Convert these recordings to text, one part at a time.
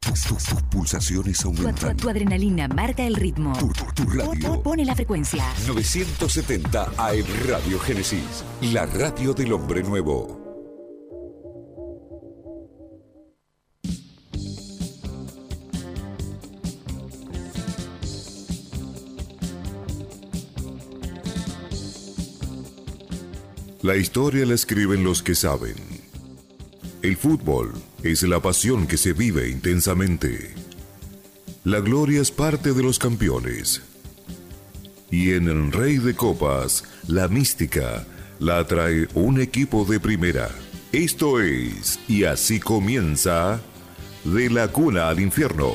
Tus, tus pulsaciones Tu, tu- aumentan. tu adrenalina marca el ritmo. Tu, tu, tu radio. Pone la frecuencia. 970 AM Radio Génesis, la radio del hombre nuevo. La historia la escriben los que saben. El fútbol es la pasión que se vive intensamente. La gloria es parte de los campeones. Y en el Rey de Copas, la mística la atrae un equipo de primera. Esto es, y así comienza, de la cuna al infierno.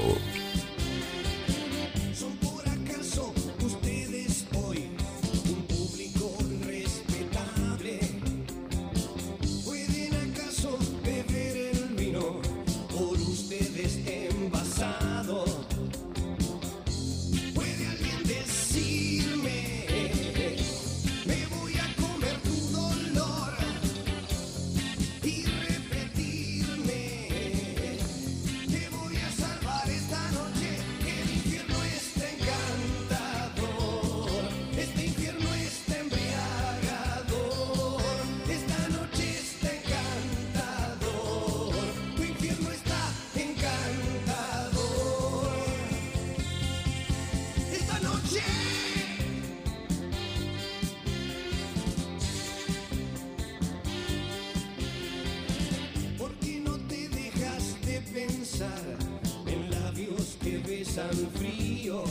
¿Acaso ustedes hoy, un público respetable, pueden acaso beber el vino por ustedes envasado? ¿Puede alguien decirme, me voy a comer tu dolor y repetirme? Te voy a salvar esta noche, el infierno está encantador, este infierno está embriagador, esta noche está encantador, tu infierno está encantador, esta noche. ¿Por qué no te dejas de pensar en labios que besan frío?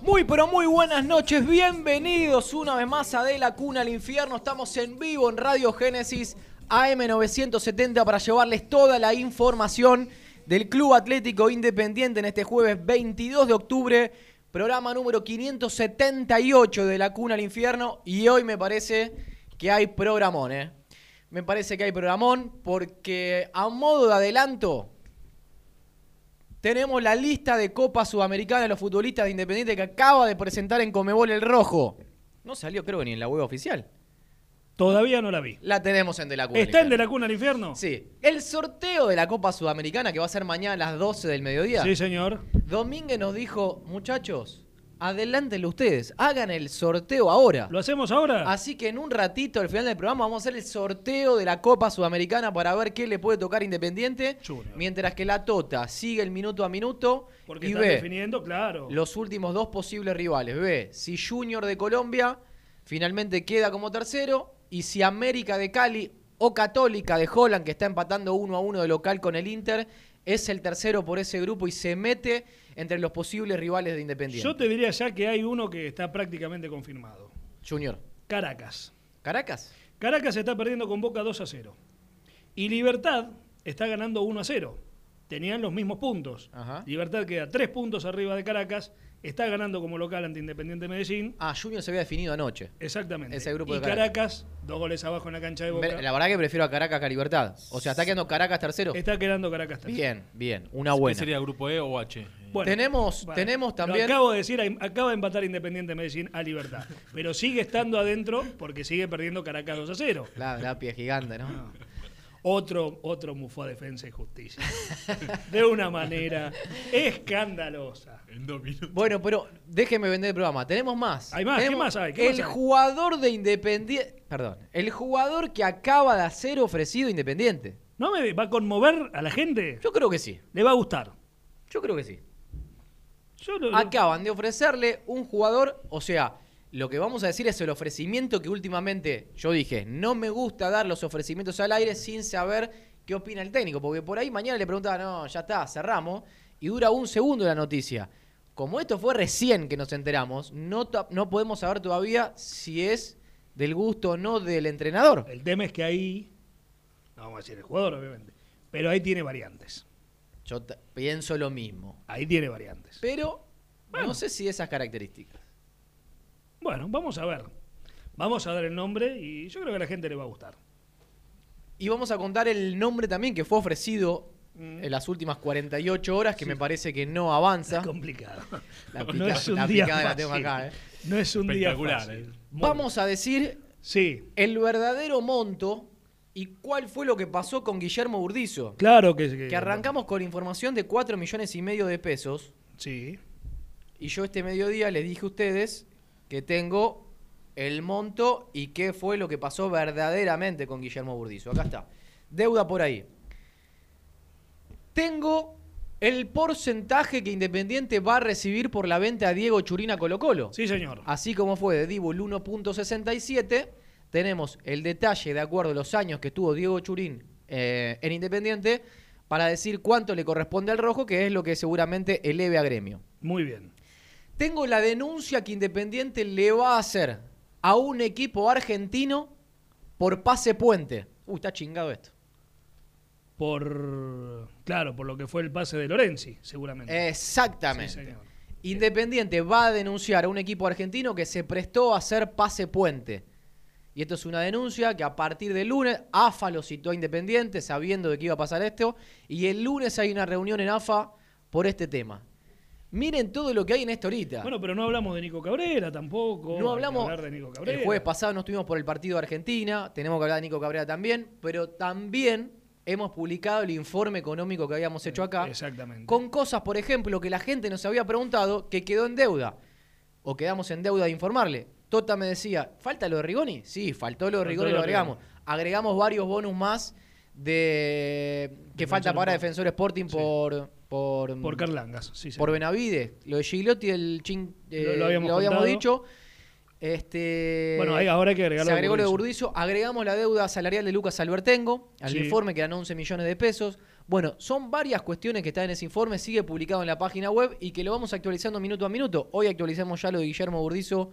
Muy pero muy buenas noches, bienvenidos una vez más a De la Cuna al Infierno. Estamos en vivo en Radio Génesis AM970 para llevarles toda la información del Club Atlético Independiente en este jueves 22 de octubre, programa número 578 de La Cuna al Infierno. Y hoy me parece que hay programón, ¿eh? Me parece que hay programón porque a modo de adelanto, tenemos la lista de Copa Sudamericana de los futbolistas de Independiente que acaba de presentar en Comebol el Rojo. No salió, creo, ni en la web oficial. Todavía no la vi. La tenemos en De la Cuna. ¿Está en De la Cuna al Infierno? Sí. El sorteo de la Copa Sudamericana que va a ser mañana a las 12 del mediodía. Sí, señor. Domínguez nos dijo, muchachos, adelántenlo ustedes, hagan el sorteo ahora. ¿Lo hacemos ahora? Así que en un ratito, al final del programa, vamos a hacer el sorteo de la Copa Sudamericana para ver qué le puede tocar Independiente. Junior. Mientras que la Tota sigue el minuto a minuto Porque y están ve definiendo, claro. los últimos dos posibles rivales. Ve si Junior de Colombia finalmente queda como tercero y si América de Cali o Católica de Holland, que está empatando uno a uno de local con el Inter, es el tercero por ese grupo y se mete entre los posibles rivales de Independiente. Yo te diría ya que hay uno que está prácticamente confirmado. Junior. Caracas. Caracas. Caracas está perdiendo con Boca 2 a 0. Y Libertad está ganando 1 a 0. Tenían los mismos puntos. Ajá. Libertad queda 3 puntos arriba de Caracas. Está ganando como local ante Independiente Medellín. Ah, Junior se había definido anoche. Exactamente. Ese grupo y de Caracas. Caracas, dos goles abajo en la cancha de Boca. La verdad que prefiero a Caracas que a Libertad. O sea, está quedando Caracas tercero. Está quedando Caracas tercero. Bien, bien. Una ¿Qué buena. sería grupo E o H? Bueno, Tenemos- va, tenemos lo también- acabo de decir, ahí- acaba de empatar Independiente Medellín a Libertad. pero sigue estando adentro porque sigue perdiendo Caracas 2 a 0. La, la pie gigante, ¿no? Ah. Otro, otro mufó a defensa y justicia. De una manera escandalosa. En dos minutos. Bueno, pero déjeme vender el programa. Tenemos más. Hay más, ¿qué Tenemos más hay? ¿Qué el más hay? jugador de Independiente. Perdón. El jugador que acaba de hacer ofrecido Independiente. ¿No me va a conmover a la gente? Yo creo que sí. Le va a gustar. Yo creo que sí. Yo lo- Acaban de ofrecerle un jugador. O sea, lo que vamos a decir es el ofrecimiento que últimamente yo dije. No me gusta dar los ofrecimientos al aire sin saber qué opina el técnico. Porque por ahí mañana le preguntaba, no, ya está, cerramos. Y dura un segundo la noticia. Como esto fue recién que nos enteramos, no, ta- no podemos saber todavía si es del gusto o no del entrenador. El tema es que ahí, no vamos a decir el jugador obviamente, pero ahí tiene variantes. Yo ta- pienso lo mismo. Ahí tiene variantes. Pero no sé si esas características. Bueno, vamos a ver. Vamos a dar el nombre y yo creo que a la gente le va a gustar. Y vamos a contar el nombre también que fue ofrecido en las últimas 48 horas, que me parece que no avanza. Es complicado. La no pica- es un la día picada fácil. la tengo acá, eh. No es un día Espectacular, fácil. eh. Muy- Vamos a decir Sí, el verdadero monto ¿Y cuál fue lo que pasó con Guillermo Burdizo? Claro que, que- Que arrancamos con información de 4 millones y medio de pesos. Sí. Y yo este mediodía les dije a ustedes que tengo el monto y qué fue lo que pasó verdaderamente con Guillermo Burdizo. Acá está. Deuda por ahí. Tengo el porcentaje que Independiente va a recibir por la venta a Diego Churina Colo Colo. Sí, señor. Así como fue de Divo el 1.67, tenemos el detalle de acuerdo a los años que tuvo Diego Churín eh, en Independiente para decir cuánto le corresponde al rojo, que es lo que seguramente eleve a gremio. Muy bien. Tengo la denuncia que Independiente le va a hacer a un equipo argentino por pase puente. Uy, está chingado esto. Por. Claro, por lo que fue el pase de Lorenzi, seguramente. Sí, Exactamente. señor. Independiente va a denunciar a un equipo argentino que se prestó a hacer pase puente. Y esto es una denuncia que a partir del lunes AFA lo citó a Independiente sabiendo de que iba a pasar esto. Y el lunes hay una reunión en AFA por este tema. Miren todo lo que hay en esto ahorita. Bueno, pero no hablamos de Nico Cabrera tampoco. Hay No que hablamos. hablar de Nico Cabrera. El jueves pasado no estuvimos por el partido de Argentina, tenemos que hablar de Nico Cabrera también, pero también hemos publicado el informe económico que habíamos hecho acá. Exactamente. Con cosas, por ejemplo, que la gente nos había preguntado que quedó en deuda. O quedamos en deuda de informarle. Tota me decía, ¿falta lo de Rigoni? Sí, faltó lo de Faltó Rigoni lo lo de Rigoni. agregamos. Agregamos varios bonus más de que falta para Defensor Sporting por, por, Por Carlangas, sí, por señor. Benavides. Lo de Gigliotti, el chin, eh, Lo- lo, lo habíamos habíamos contado. dicho. Este, Bueno, ahí ahora hay que agregar se lo de agregó lo de Burdizo. Burdizo. Agregamos la deuda salarial de Lucas Albertengo al Sí. informe que eran 11 millones de pesos. Bueno, son varias cuestiones que están en ese informe, sigue publicado en la página web y que lo vamos actualizando minuto a minuto. Hoy actualizamos ya lo de Guillermo Burdizo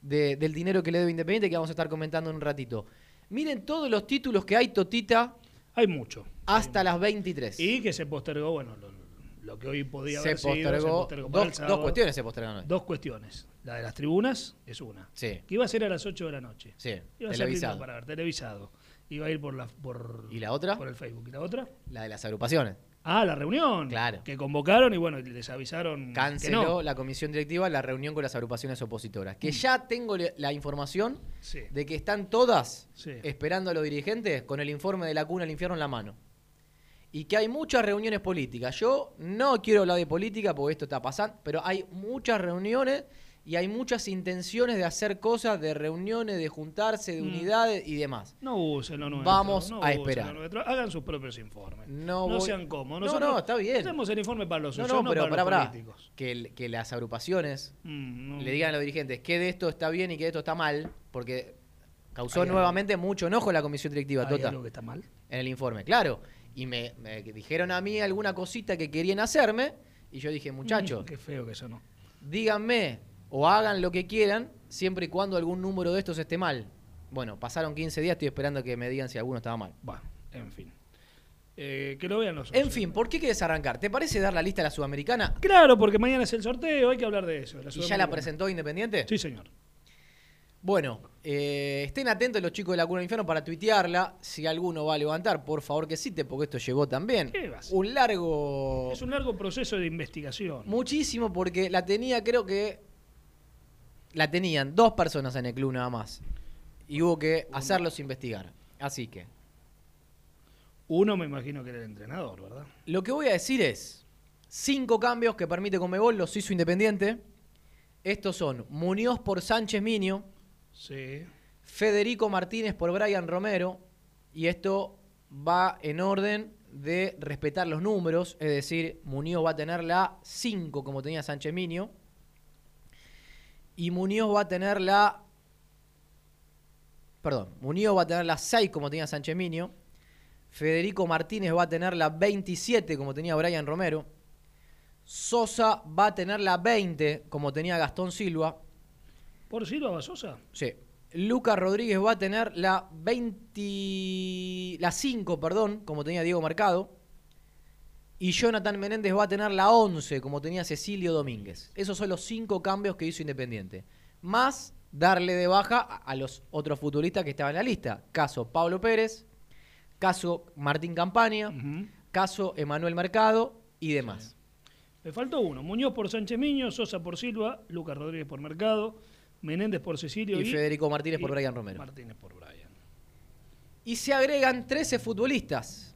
de- del dinero que le debe Independiente que vamos a estar comentando en un ratito. Miren todos los títulos que hay, Totita, Hay mucho. hasta las 23. Y que se postergó, bueno, lo, lo que hoy podía se haber sido, postergó, se postergó para el dos, dos sábado. cuestiones se postergaron hoy. Dos cuestiones. La de las tribunas es una. Sí. Que iba a ser a las 8 de la noche. Sí, Iba a ser televisado. lindo para ver, televisado. Iba a ir por la por, ¿Y la otra? por el Facebook. ¿Y la otra? La de las agrupaciones. Ah, la reunión. Claro. Que convocaron y bueno, les avisaron. Canceló Que no. Mm. la comisión directiva la reunión con las agrupaciones opositoras. Que ya tengo le- la información Sí. de que están todas Sí. esperando a los dirigentes con el informe de la cuna al infierno en la mano. Y que hay muchas reuniones políticas. Yo no quiero hablar de política porque esto está pasando, pero hay muchas reuniones y hay muchas intenciones de hacer cosas, de reuniones, de juntarse, de Mm. unidades y demás. No usen lo nuestro. Vamos no a usen lo esperar. nuestro. Hagan sus propios informes. No No, voy- sean cómodos. No, Nosotros no, está bien. Hacemos el informe para los No, suyos, no, pero pará, para, los pará. políticos. Que, el- que las agrupaciones Mm, no. le digan a los dirigentes que de esto está bien y que de esto está mal, porque causó nuevamente mucho enojo la comisión directiva, ¿Hay Tota, algo que está mal? en el informe, claro. Y me, me dijeron a mí alguna cosita que querían hacerme, y yo dije, muchachos, Mm, Qué feo que eso no. díganme o hagan lo que quieran, siempre y cuando algún número de estos esté mal. Bueno, pasaron 15 días, estoy esperando que me digan si alguno estaba mal. Va, en fin. Eh, que lo vean los En socios. fin, ¿por qué quieres arrancar? ¿Te parece dar la lista a la Sudamericana? Claro, porque mañana es el sorteo, hay que hablar de eso. ¿Y de ya la Sudamericana. presentó Independiente? Sí, señor. Bueno, eh, estén atentos los chicos de la Cuna del Infierno para tuitearla. Si alguno va a levantar, por favor que cite, porque esto llegó también. ¿Qué va a ser? Un largo. Es un largo proceso de investigación. Muchísimo, porque la tenía, creo que. La tenían dos personas en el club nada más. Y hubo que hacerlos investigar. Así que. Uno me imagino que era el entrenador, ¿verdad? Lo que voy a decir es, cinco cambios que permite Comebol, los hizo Independiente. Estos son Muñoz por Sánchez Minio, Sí. Federico Martínez por Brian Romero. Y esto va en orden de respetar los números. Es decir, Muñoz va a tener la 5 como tenía Sánchez Minio. Y Muñoz va a tener la... Perdón, Muñoz va a tener la 6 como tenía Sánchez Minio. Federico Martínez va a tener la 27 como tenía Brian Romero. Sosa va a tener la 20 como tenía Gastón Silva. ¿Por Silva Basosa? Sí. Lucas Rodríguez va a tener la 20, la 5, perdón, como tenía Diego Mercado. Y Jonathan Menéndez va a tener la 11, como tenía Cecilio Domínguez. Esos son los cinco cambios que hizo Independiente. Más darle de baja a- a los otros futbolistas que estaban en la lista. Caso Pablo Pérez, caso Martín Campaña, Ujú. caso Emanuel Mercado y demás. Me faltó uno. Muñoz por Sánchez Miño, Sosa por Silva, Lucas Rodríguez por Mercado, Menéndez por Cecilio Y Federico Martínez por Brian Romero. Martínez por Brian. Y se agregan 13 futbolistas.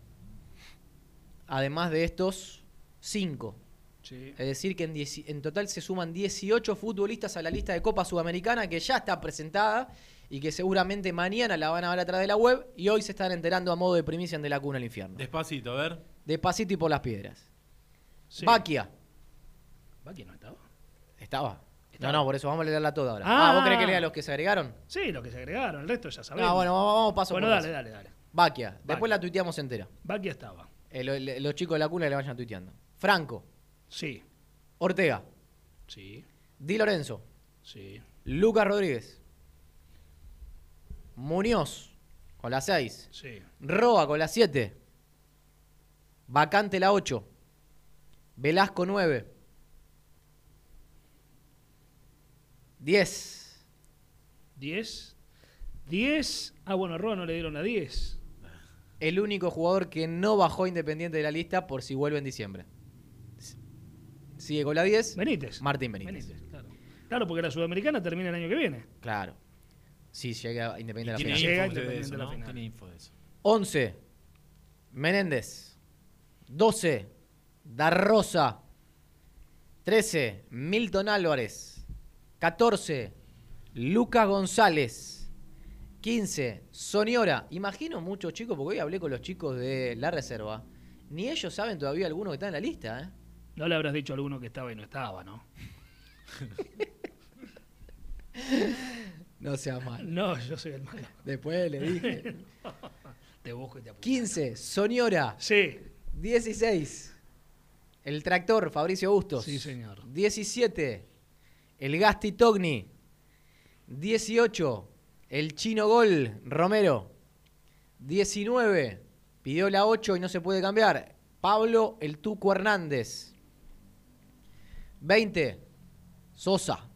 Además de estos 5. Sí. Es decir, que en, dieci- en total se suman 18 futbolistas a la lista de Copa Sudamericana que ya está presentada y que seguramente mañana la van a ver atrás de la web y hoy se están enterando a modo de primicia en De la Cuna al Infierno. Despacito, a ver. Despacito y por las piedras. Sí. Baquia. ¿Baki no estaba? Estaba. No, no, por eso vamos a leerla toda ahora. Ah. Ah, ¿vos crees que lea los que se agregaron? Sí, lo que se agregaron, el resto ya sabemos. Ah, bueno, vamos, vamos paso Bueno, por dale, paso. dale, dale. Baquia. Después Baquia. la tuiteamos entera. Baki estaba. Eh, lo- le- los chicos de la cuna le vayan tuiteando. Franco. Sí, Ortega. sí, Di Lorenzo. sí. Lucas Rodríguez. Muñoz. Con la 6. Sí. Roa con la 7. Vacante la 8. Velasco 9. 10. 10. 10. Ah, bueno, a Roa no le dieron la 10. El único jugador que no bajó independiente de la lista por si vuelve en diciembre. S- Sigue con la 10. Benítez. Martín Benítez. claro. Claro, porque la sudamericana termina el año que viene. Claro. Si llega independiente de Tiene la final. llega info Independiente usted de de eso, la ¿no? final. Tiene info de eso. 11. Menéndez. 12. Darrosa. 13. Milton Álvarez. 14. Lucas González. 15. Soniora. Imagino muchos chicos, porque hoy hablé con los chicos de la reserva. Ni ellos saben todavía algunos que están en la lista, ¿eh? No le habrás dicho a alguno que estaba y no estaba, ¿no? No sea mal. No, yo soy el malo. Después le dije. Te busco y te apunto. 15. Soniora. Sí. 16. El tractor, Fabricio Bustos. Sí, señor. 17. El Gasti Togni. 18. El Chino Gol, Romero. 19. Pidió la 8 y no se puede cambiar. Pablo El Tuco Hernández. 20. Sosa.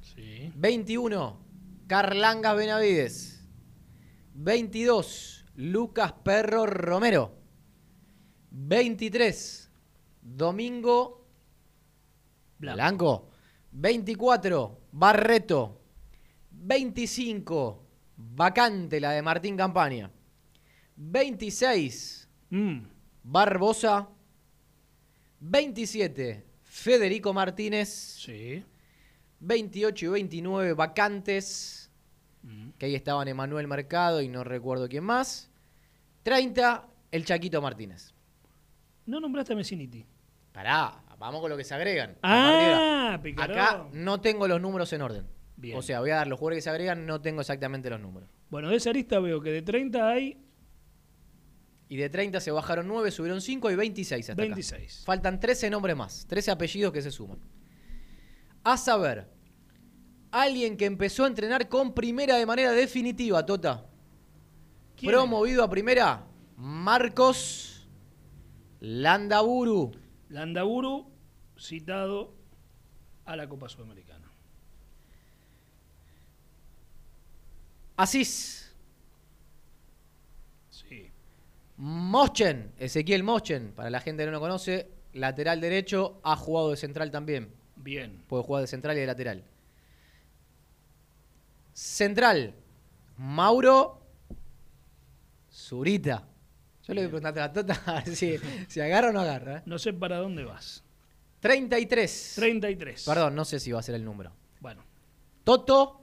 Sí. 21. Carlangas Benavides. 22. Lucas Perro Romero. 23. Domingo Blanco. 24. Barreto. 25. Vacante la de Martín Campaña. 26. Mm, Barbosa. 27. Federico Martínez. sí. 28 y 29 vacantes. Mm. Que ahí estaban Emanuel Mercado y no recuerdo quién más. 30, el Chaquito Martínez. No nombraste a Messiniti. Pará, vamos con lo que se agregan. Ah, Martínez. picarón. Acá no tengo los números en orden. Bien. O sea, voy a dar los jugadores que se agregan, no tengo exactamente los números. Bueno, de esa lista veo que de 30 hay Y de 30 se bajaron 9, subieron 5 y 26 hasta acá. 26. Faltan 13 nombres más, 13 apellidos que se suman. A saber, alguien que empezó a entrenar con primera de manera definitiva, Tota. ¿Quién? Promovido a primera, Marcos Landaburu. Landaburu citado a la Copa Sudamericana. Asís, Sí. Mochen, Ezequiel Mochen, para la gente que no lo conoce, lateral derecho, ha jugado de central también. Bien. Puede jugar de central y de lateral. Central, Mauro Zurita. Yo le voy a preguntar a la Tota a ver si, si agarra o no agarra. ¿eh? No sé para dónde vas. 33. 33. Perdón, no sé si va a ser el número. Bueno, Toto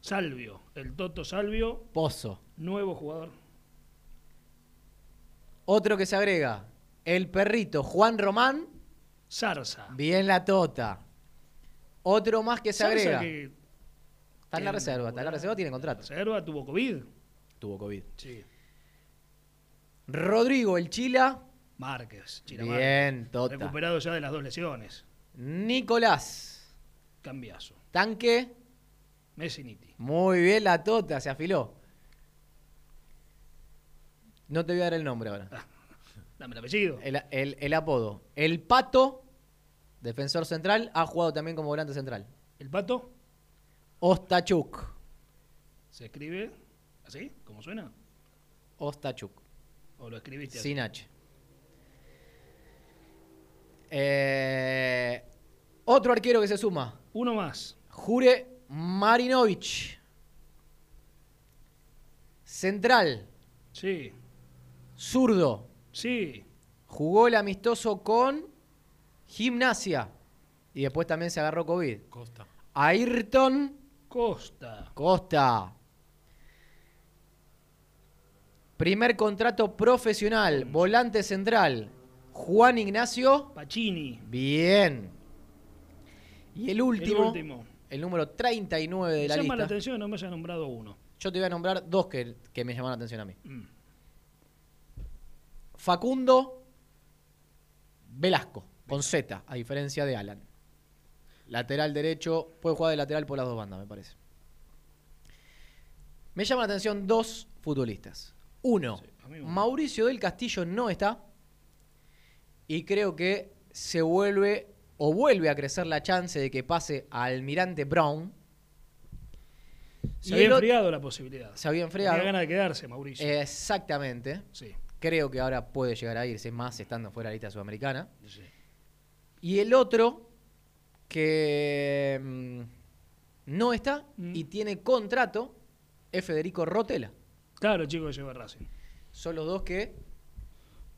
Salvio. El Toto Salvio, Pozo. nuevo jugador. Otro que se agrega, el perrito Juan Román, Zarza. bien la Tota. Otro más que se Zarza agrega. que Está en la tiene reserva, está en la laburar, reserva, tiene contrato. Reserva tuvo COVID. Tuvo COVID. Sí. Rodrigo, el Chila. Márquez. Chiramarca. Bien, Tota. Recuperado ya de las dos lesiones. Nicolás, Cambiazo. tanque. Messiniti. Muy bien, la tota, se afiló. No te voy a dar el nombre ahora. Dame el apellido. El, el- el apodo. El Pato, defensor central, ha jugado también como volante central. El pato Ostachuk. se escribe así, como suena. Ostachuk. O lo escribiste así. Sin H. Eh, otro arquero que se suma. Uno más. Jure Marinovich. Central, Sí, Zurdo. sí. Jugó el amistoso con Gimnasia. Y después también se agarró COVID. Costa. Ayrton Costa. Costa. Primer contrato profesional. Volante central. Juan Ignacio. Pacini. Bien. Y el último. El, último. número 39 de la Llama la lista. atención que no me haya nombrado uno. Mm. Yo te voy a nombrar dos que, que me llamaron la atención a mí. Facundo Velasco, con Z, a diferencia de Alan. Lateral derecho, puede jugar de lateral por las dos bandas, me parece. Me llama la atención dos futbolistas. Uno, a mí me gusta. Mauricio del Castillo no está. Y creo que se vuelve o vuelve a crecer la chance de que pase a Almirante Brown. Se Y había el ot- enfriado la posibilidad. Se había enfriado. Eh. Tenía ganas de quedarse, Mauricio. Exactamente. sí, Creo que ahora puede llegar a irse más estando fuera de la lista sudamericana. sí. Y el otro que mm, no está Mm. y tiene contrato es Federico Rotela. Claro, chico, que lleva Racing. Son los dos que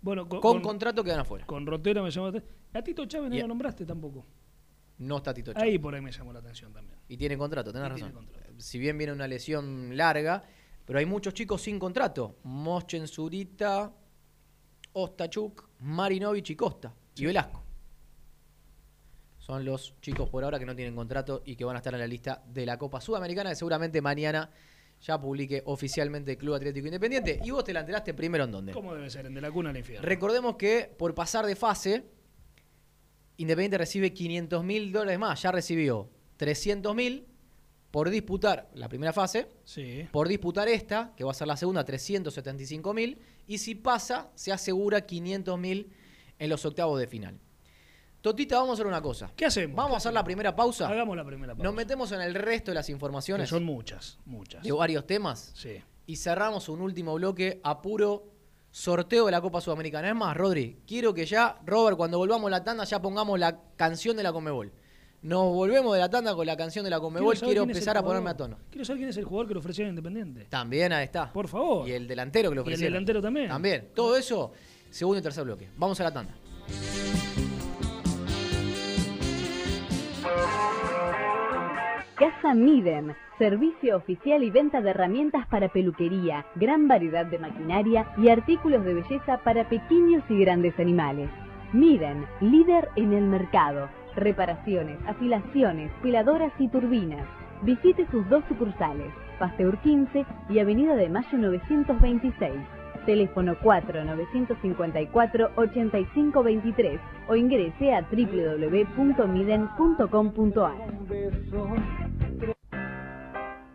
Bueno, con, con, con- contrato quedan afuera. con Rotero me llamó la atención. A Tito Chávez no Y- lo nombraste tampoco. No está Tito Chávez. Ahí por ahí me llamó la atención también. Y tiene contrato, tenés Y tiene razón. Eh, contrato. Si bien viene una lesión larga, pero hay muchos chicos sin contrato. Moschen Zurita, Ostachuk, Marinovich y Costa. Y Velasco. Son los chicos por ahora que no tienen contrato y que van a estar en la lista de la Copa Sudamericana, que seguramente mañana ya publique oficialmente el Club Atlético Independiente. Y vos te la enteraste primero en dónde. ¿Cómo debe ser? En De la Cuna al Infierno. Recordemos que por pasar de fase, Independiente recibe 500 mil dólares más. Ya recibió 300 mil por disputar la primera fase, sí. por disputar esta, que va a ser la segunda, 375 mil. Y si pasa, se asegura 500 mil en los octavos de final. Totita, vamos a hacer una cosa. ¿Qué hacemos? Vamos a hacer la primera pausa. Hagamos la primera pausa. Nos metemos en el resto de las Que informaciones son muchas, muchas. de varios temas Sí. y cerramos un último bloque a puro sorteo de la Copa Sudamericana. Es más, Rodri, quiero que ya, Robert, cuando volvamos a la tanda, ya pongamos la canción de la Comebol. Nos volvemos de la tanda con la canción de la Comebol. Quiero, saber quién es el empezar a jugador. ponerme a tono. Quiero saber quién es el jugador que lo ofrecieron a Independiente. También ahí está. Por favor. Y el delantero que lo Y el ofrecieron. delantero también. También. Todo eso, segundo y tercer bloque. Vamos a la tanda. Casa Midem, servicio oficial y venta de herramientas para peluquería, gran variedad de maquinaria y artículos de belleza para pequeños y grandes animales. Midem, líder en el mercado. Reparaciones, afilaciones, peladoras y turbinas. Visite sus dos sucursales, Pasteur 15 y Avenida de Mayo 926. Teléfono 4-954-8523 o ingrese a www.miden.com.ar.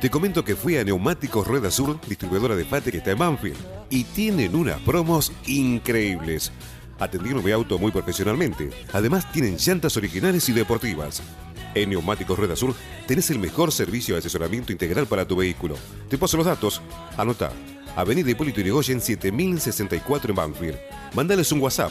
te comento que fui a Neumáticos Rueda Sur, distribuidora de Fate que está en Banfield, y tienen unas promos increíbles. Atendieron mi auto muy profesionalmente, además tienen llantas originales y deportivas. En Neumáticos Rueda Sur tenés el mejor servicio de asesoramiento integral para tu vehículo. Te paso los datos. Anota. Avenida Hipólito Yrigoyen 7064 en Banfield. Mandales un WhatsApp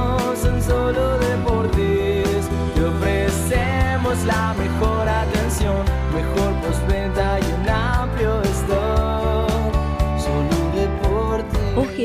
en Solo Deportes te ofrecemos la mejor atención, mejor postventa y un amplio stock. Solo Deportes.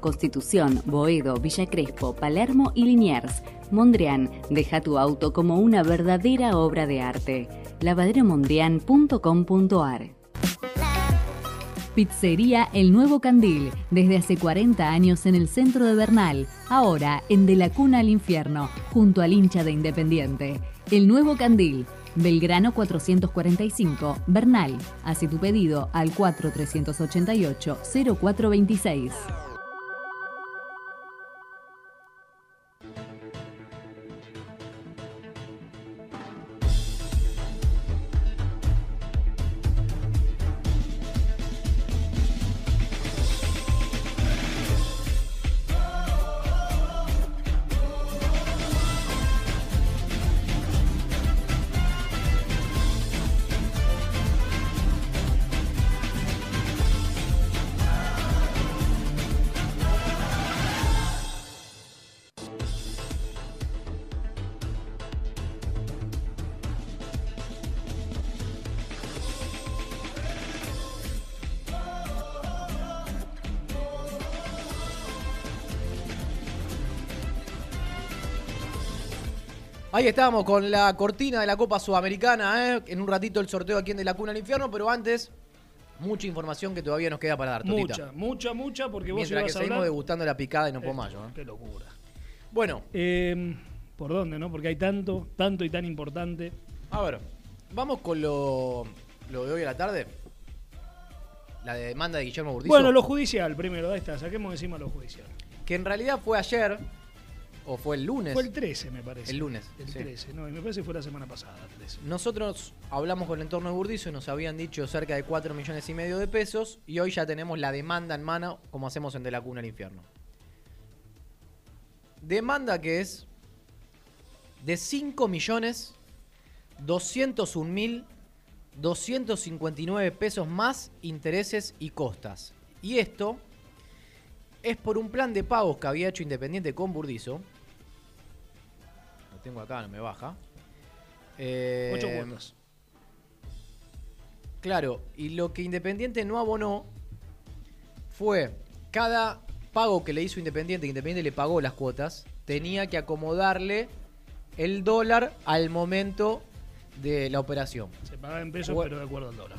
Constitución, Boedo, Villa Crespo, Palermo y Liniers. Mondrian, deja tu auto como una verdadera obra de arte. lavaderomondrian.com.ar Pizzería El Nuevo Candil, desde hace 40 años en el centro de Bernal, ahora en De la Cuna al Infierno, junto al hincha de Independiente. El Nuevo Candil, Belgrano 445, Bernal. Hace tu pedido al 4388-0426. Ahí estamos con la cortina de la Copa Sudamericana. ¿eh? En un ratito el sorteo aquí en De la Cuna al Infierno, pero antes, mucha información que todavía nos queda para dar, Totita. Mucha, mucha, mucha, porque vos Mientras que ibas a seguimos hablar... degustando la picada y no Eh, puedo mayo. ¿eh? Qué locura. Em, Bueno. ¿Por dónde, no? Porque hay tanto, tanto y tan importante. A ver, vamos con lo, lo de hoy a la tarde. La de demanda de Guillermo Burdizo. Bueno, lo judicial primero, ahí está, saquemos encima lo judicial. Que en realidad fue ayer, o fue el lunes. Fue el 13, me parece. El lunes, El sí. 13, no, y me parece que fue la semana pasada, 13. Nosotros hablamos con el entorno de Burdizo y nos habían dicho cerca de 4 millones y medio de pesos y hoy ya tenemos la demanda en mano como hacemos en De la Cuna al Infierno. Demanda que es de 5 millones 201 mil 259 pesos más intereses y costas. Y esto es por un plan de pagos que había hecho Independiente con Burdizo. Lo tengo acá, no me baja. Eh, Ocho cuotas. Claro, y lo que Independiente no abonó fue cada pago que le hizo Independiente, que Independiente le pagó las cuotas, tenía que acomodarle el dólar al momento de la operación. Se pagaba en pesos, Bueno. pero de acuerdo al dólar.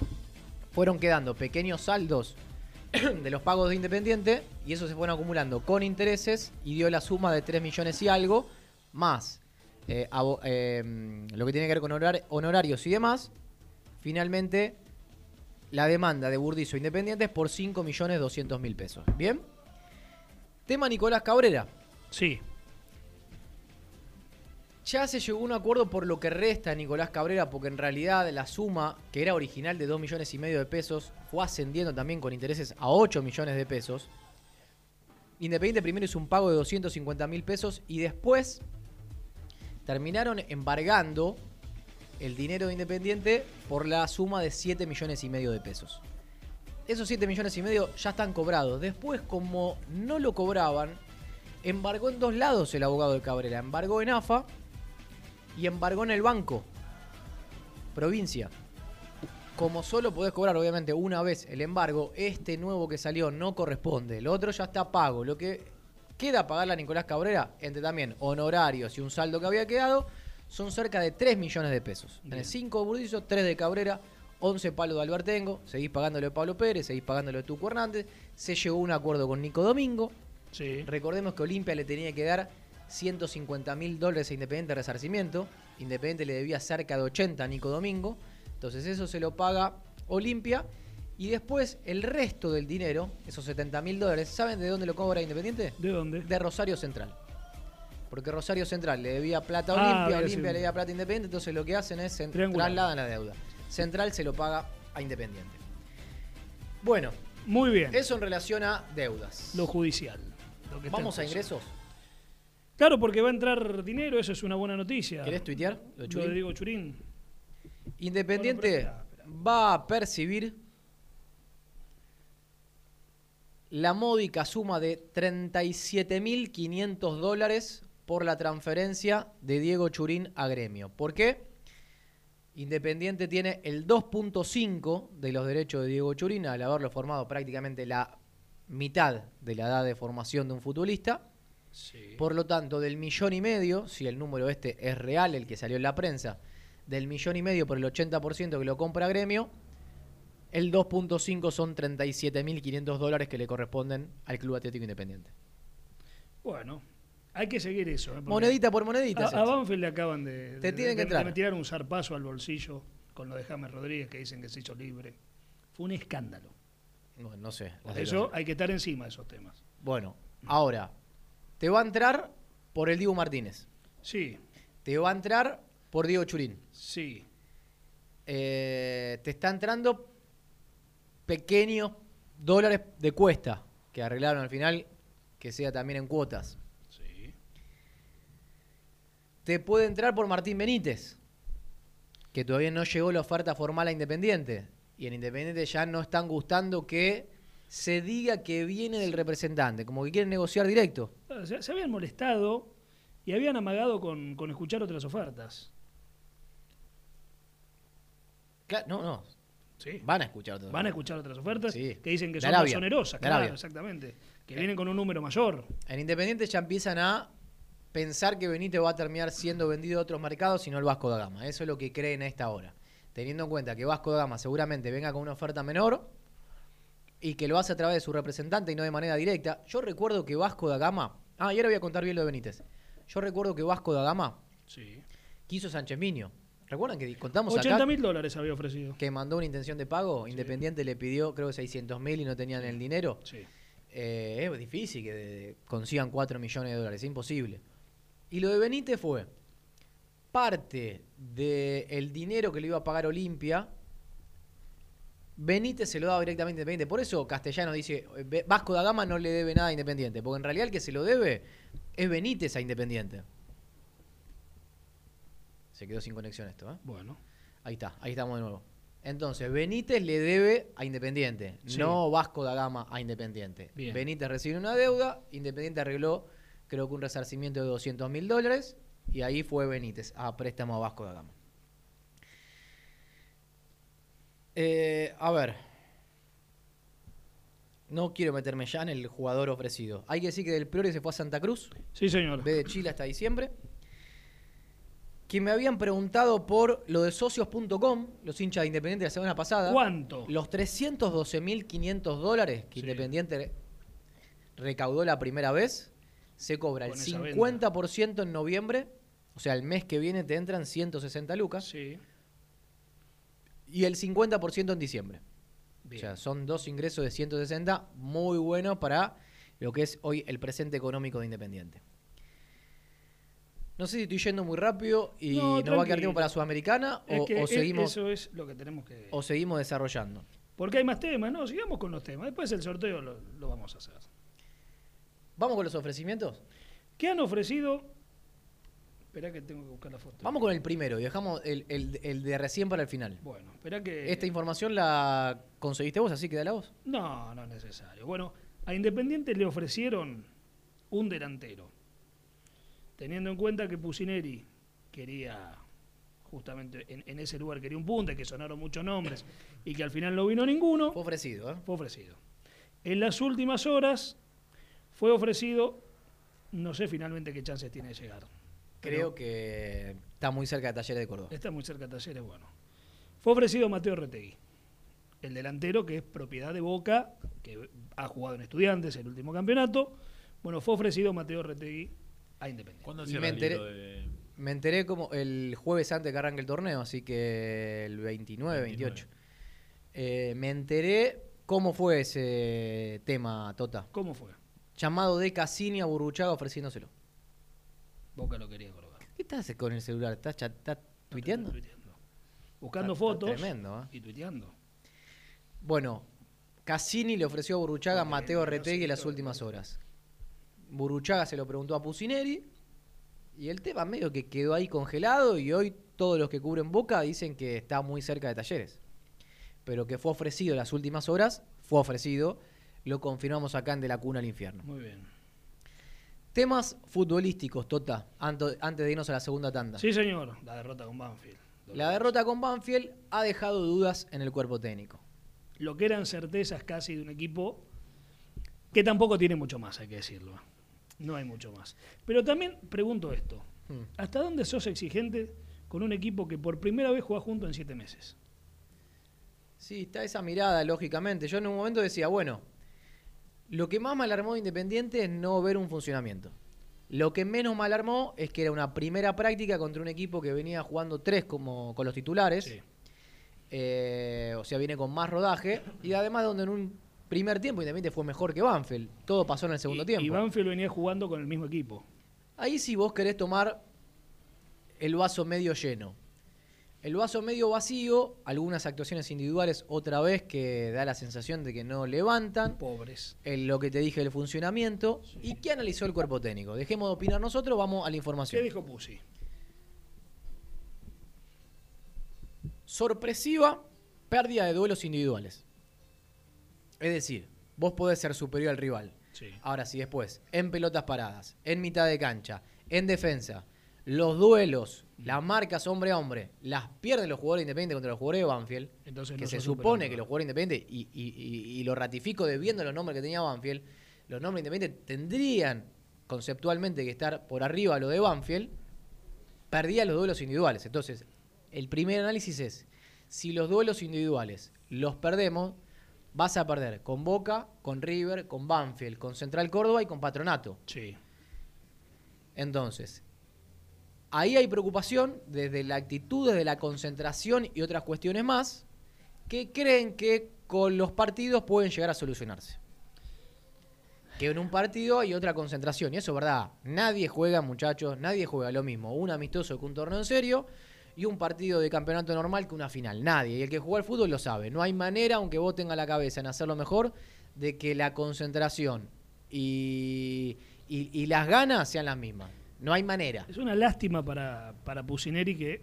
Fueron quedando pequeños saldos de los pagos de Independiente y eso se fueron acumulando con intereses y dio la suma de 3 millones y algo, más eh, abo- eh, lo que tiene que ver con horar- honorarios y demás. Finalmente, la demanda de Burdizo Independiente es por 5 millones 200 mil pesos. ¿Bien? Tema Nicolás Cabrera. Sí. Ya se llegó a un acuerdo por lo que resta a Nicolás Cabrera, porque en realidad la suma, que era original de 2 millones y medio de pesos, fue ascendiendo también con intereses a 8 millones de pesos. Independiente primero hizo un pago de 250 mil pesos y después terminaron embargando el dinero de Independiente por la suma de 7 millones y medio de pesos. esos 7 millones y medio ya están cobrados. Después, como no lo cobraban, embargó en dos lados el abogado de Cabrera. Embargó en AFA y embargó en el banco. Provincia. Como solo podés cobrar, obviamente, una vez el embargo, este nuevo que salió no corresponde. El otro ya está pago. Lo que queda pagarle a Nicolás Cabrera, entre también honorarios y un saldo que había quedado, son cerca de 3 millones de pesos. Tenés 5 de Burdizo, 3 de Cabrera, 11 palos de Albertengo, seguís pagándolo de Pablo Pérez, seguís pagándolo de Tuco Hernández, se llegó a un acuerdo con Nico Domingo. Recordemos que Olimpia le tenía que dar 150 mil dólares a Independiente de resarcimiento. Independiente le debía cerca de 80 a Nico Domingo. Entonces eso se lo paga Olimpia. Y después el resto del dinero, esos 70 mil dólares, ¿saben de dónde lo cobra Independiente? ¿De dónde? De Rosario Central. Porque Rosario Central le debía plata a Ah, Olimpia, había Olimpia sido. le debía plata a Independiente, entonces lo que hacen es en- Triangular. trasladan la deuda. Central se lo paga a Independiente. Bueno. Muy bien. Eso en relación a deudas. Lo judicial. lo que está Vamos a en juicio. ingresos. Claro, porque va a entrar dinero, eso es una buena noticia. ¿Querés tuitear? Lo de Lo Churín. de Diego Churín. Independiente va a percibir la módica suma de 37.500 dólares por la transferencia de Diego Churín a gremio. ¿Por qué? Independiente tiene el 2.5 de los derechos de Diego Churín al haberlo formado prácticamente la mitad de la edad de formación de un futbolista. Por lo tanto, del millón y medio, si el número este es real, el que salió en la prensa, del millón y medio por el 80% que lo compra Gremio, el 2.5 son 37.500 dólares que le corresponden al Club Atlético Independiente. Bueno, hay que seguir eso. ¿eh? Porque Monedita por monedita. A, es a esto. Banfield le acaban de, Te de- tienen que de- entrar. de tirar un zarpazo al bolsillo con lo de James Rodríguez que dicen que se hizo libre. Fue un escándalo. Bueno, no sé. las Eso hay que estar encima de esos temas. Bueno, ahora, te va a entrar por el Diego Martínez. Sí. Te va a entrar por Diego Churín. Eh, Sí. te está entrando pequeños dólares de cuesta que arreglaron al final, que sea también en cuotas. Sí. Te puede entrar por Martín Benítez, que todavía no llegó la oferta formal a Independiente. Y en Independiente ya no están gustando que se diga que viene del representante, como que quieren negociar directo. Ah, Se, se habían molestado y habían amagado con, con escuchar otras ofertas. Claro, no, no. Sí. Van a escuchar otras Van a ofertas. escuchar otras ofertas Sí. que dicen que De son Arabia. más onerosas, De claro, Arabia. exactamente. Que vienen con un número mayor. En Independiente ya empiezan a pensar que Benítez va a terminar siendo vendido a otros mercados y no el Vasco da Gama. Eso es lo que creen a esta hora. Teniendo en cuenta que Vasco da Gama seguramente venga con una oferta menor y que lo hace a través de su representante y no de manera directa. Yo recuerdo que Vasco da Gama. Ah, y ahora voy a contar bien lo de Benítez. Yo recuerdo que Vasco da Gama Sí. quiso Sánchez Miño. ¿Recuerdan que contamos 80 acá mil dólares había ofrecido. que mandó una intención de pago? Independiente le pidió, creo, 600 mil y no tenían el dinero. Sí. Eh, es difícil que de- consigan 4 millones de dólares, es imposible. Y lo de Benítez fue parte del dinero que le iba a pagar Olimpia. Benítez se lo daba directamente a Independiente. Por eso Castellanos dice, eh, Ve- Vasco da Gama no le debe nada a Independiente. Porque en realidad el que se lo debe es Benítez a Independiente. Se quedó sin conexión esto, ¿eh? Bueno. Ahí está, ahí estamos de nuevo. Entonces, Benítez le debe a Independiente, Sí. no Vasco da Gama a Independiente. Bien. Benítez recibe una deuda, Independiente arregló, creo que un resarcimiento de 200 mil dólares, y ahí fue Benítez a préstamo a Vasco da Gama. Eh, a ver. No quiero meterme ya en el jugador ofrecido. Hay que decir que Del Priori se fue a Santa Cruz. Sí, señor. Desde Chile hasta diciembre. Que me habían preguntado por lo de socios.com, los hinchas de Independiente la semana pasada. ¿Cuánto? Los 312.500 dólares que Independiente recaudó la primera vez, se cobra Con el esa venta. 50% en noviembre, o sea, el mes que viene te entran 160 lucas. Y el 50% en diciembre. O sea, son dos ingresos de 160 muy buenos para lo que es hoy el presente económico de Independiente. No sé si estoy yendo muy rápido y nos No, va a quedar tranquilo. tiempo para Sudamericana Es o, que o es- seguimos, Eso es lo que tenemos que. o seguimos desarrollando. Porque hay más temas, no, sigamos con los temas. Después el sorteo lo, lo vamos a hacer. ¿Vamos con los ofrecimientos? ¿Qué han ofrecido Esperá que tengo que buscar la foto. Vamos con el primero y dejamos el, el- el de recién para el final. Bueno, esperá que. Esta información la conseguiste vos, así que dale a vos. No, no es necesario. Bueno, a Independiente le ofrecieron un delantero. Teniendo en cuenta que Pusineri quería, justamente en, en ese lugar, quería un punta, que sonaron muchos nombres y que al final no vino ninguno. Fue ofrecido, ¿eh? Fue ofrecido. En las últimas horas fue ofrecido, no sé finalmente qué chances tiene de llegar. Creo que está muy cerca de Talleres de Córdoba. Está muy cerca de Talleres, bueno. Fue ofrecido Mateo Retegui, el delantero que es propiedad de Boca, que ha jugado en Estudiantes el último campeonato. Bueno, fue ofrecido Mateo Retegui a Independiente. Y me, enteré, me enteré como el jueves antes que arranque el torneo, así que el 29, 28. Eh, me enteré cómo fue ese tema, Tota. ¿Cómo fue? Llamado de Cassini a Burruchaga ofreciéndoselo. Boca lo quería colgar. ¿Qué estás con el celular? ¿Estás, chat- estás tuiteando? Está- Buscando está fotos tremendo, ¿eh? y tuiteando. Bueno, Cassini le ofreció a Burruchaga a Mateo Retegui en las últimas horas. Burruchaga se lo preguntó a Pusineri y el tema medio que quedó ahí congelado y hoy todos los que cubren Boca dicen que está muy cerca de Talleres. Pero que fue ofrecido en las últimas horas, fue ofrecido, lo confirmamos acá en De la Cuna al Infierno. Muy bien. Temas futbolísticos, Tota, anto- antes de irnos a la segunda tanda. Sí, señor. La derrota con Banfield. La derrota con Banfield ha dejado dudas en el cuerpo técnico. Lo que eran certezas casi de un equipo que tampoco tiene mucho más, hay que decirlo. No hay mucho más. Pero también pregunto esto. Hmm. ¿Hasta dónde sos exigente con un equipo que por primera vez juega junto en siete meses? Sí, está esa mirada, lógicamente. Yo en un momento decía, bueno, lo que más me alarmó de Independiente es no ver un funcionamiento. Lo que menos me alarmó es que era una primera práctica contra un equipo que venía jugando tres como con los titulares. Eh, o sea, viene con más rodaje. Y además donde en un primer tiempo Independiente fue mejor que Banfield. Todo pasó en el segundo tiempo. Y Banfield venía jugando con el mismo equipo. Ahí si vos querés tomar el vaso medio lleno. El vaso medio vacío, algunas actuaciones individuales otra vez que da la sensación de que no levantan. Pobres. lo que te dije del funcionamiento. ¿Y qué analizó el cuerpo técnico? Dejemos de opinar nosotros, vamos a la ¿Qué información. dijo Pusi? Sorpresiva pérdida de duelos individuales. Es decir, vos podés ser superior al rival. Sí. Ahora sí, después, en pelotas paradas, en mitad de cancha, en defensa, los duelos, las marcas hombre a hombre, las pierden los jugadores independientes contra los jugadores de Banfield, Entonces que no se sos supone superior. que los jugadores independientes, y, y- y- y lo ratifico de viendo los nombres que tenía Banfield, los nombres independientes tendrían conceptualmente que estar por arriba a lo de Banfield, perdía los duelos individuales. Entonces, el primer análisis es, si los duelos individuales los perdemos, vas a perder con Boca, con River, con Banfield, con Central Córdoba y con Patronato. Sí. Entonces, ahí hay preocupación desde la actitud, desde la concentración y otras cuestiones más que creen que con los partidos pueden llegar a solucionarse. Que en un partido hay otra concentración. Y eso es verdad. Nadie juega, muchachos, nadie juega lo mismo. Un amistoso que un torneo en serio y un partido de campeonato normal que una final. Nadie. Y el que juega al fútbol lo sabe. No hay manera, aunque vos tengas la cabeza en hacerlo mejor, de que la concentración y, y- y las ganas sean las mismas. No hay manera. Es una lástima para, para Pusineri que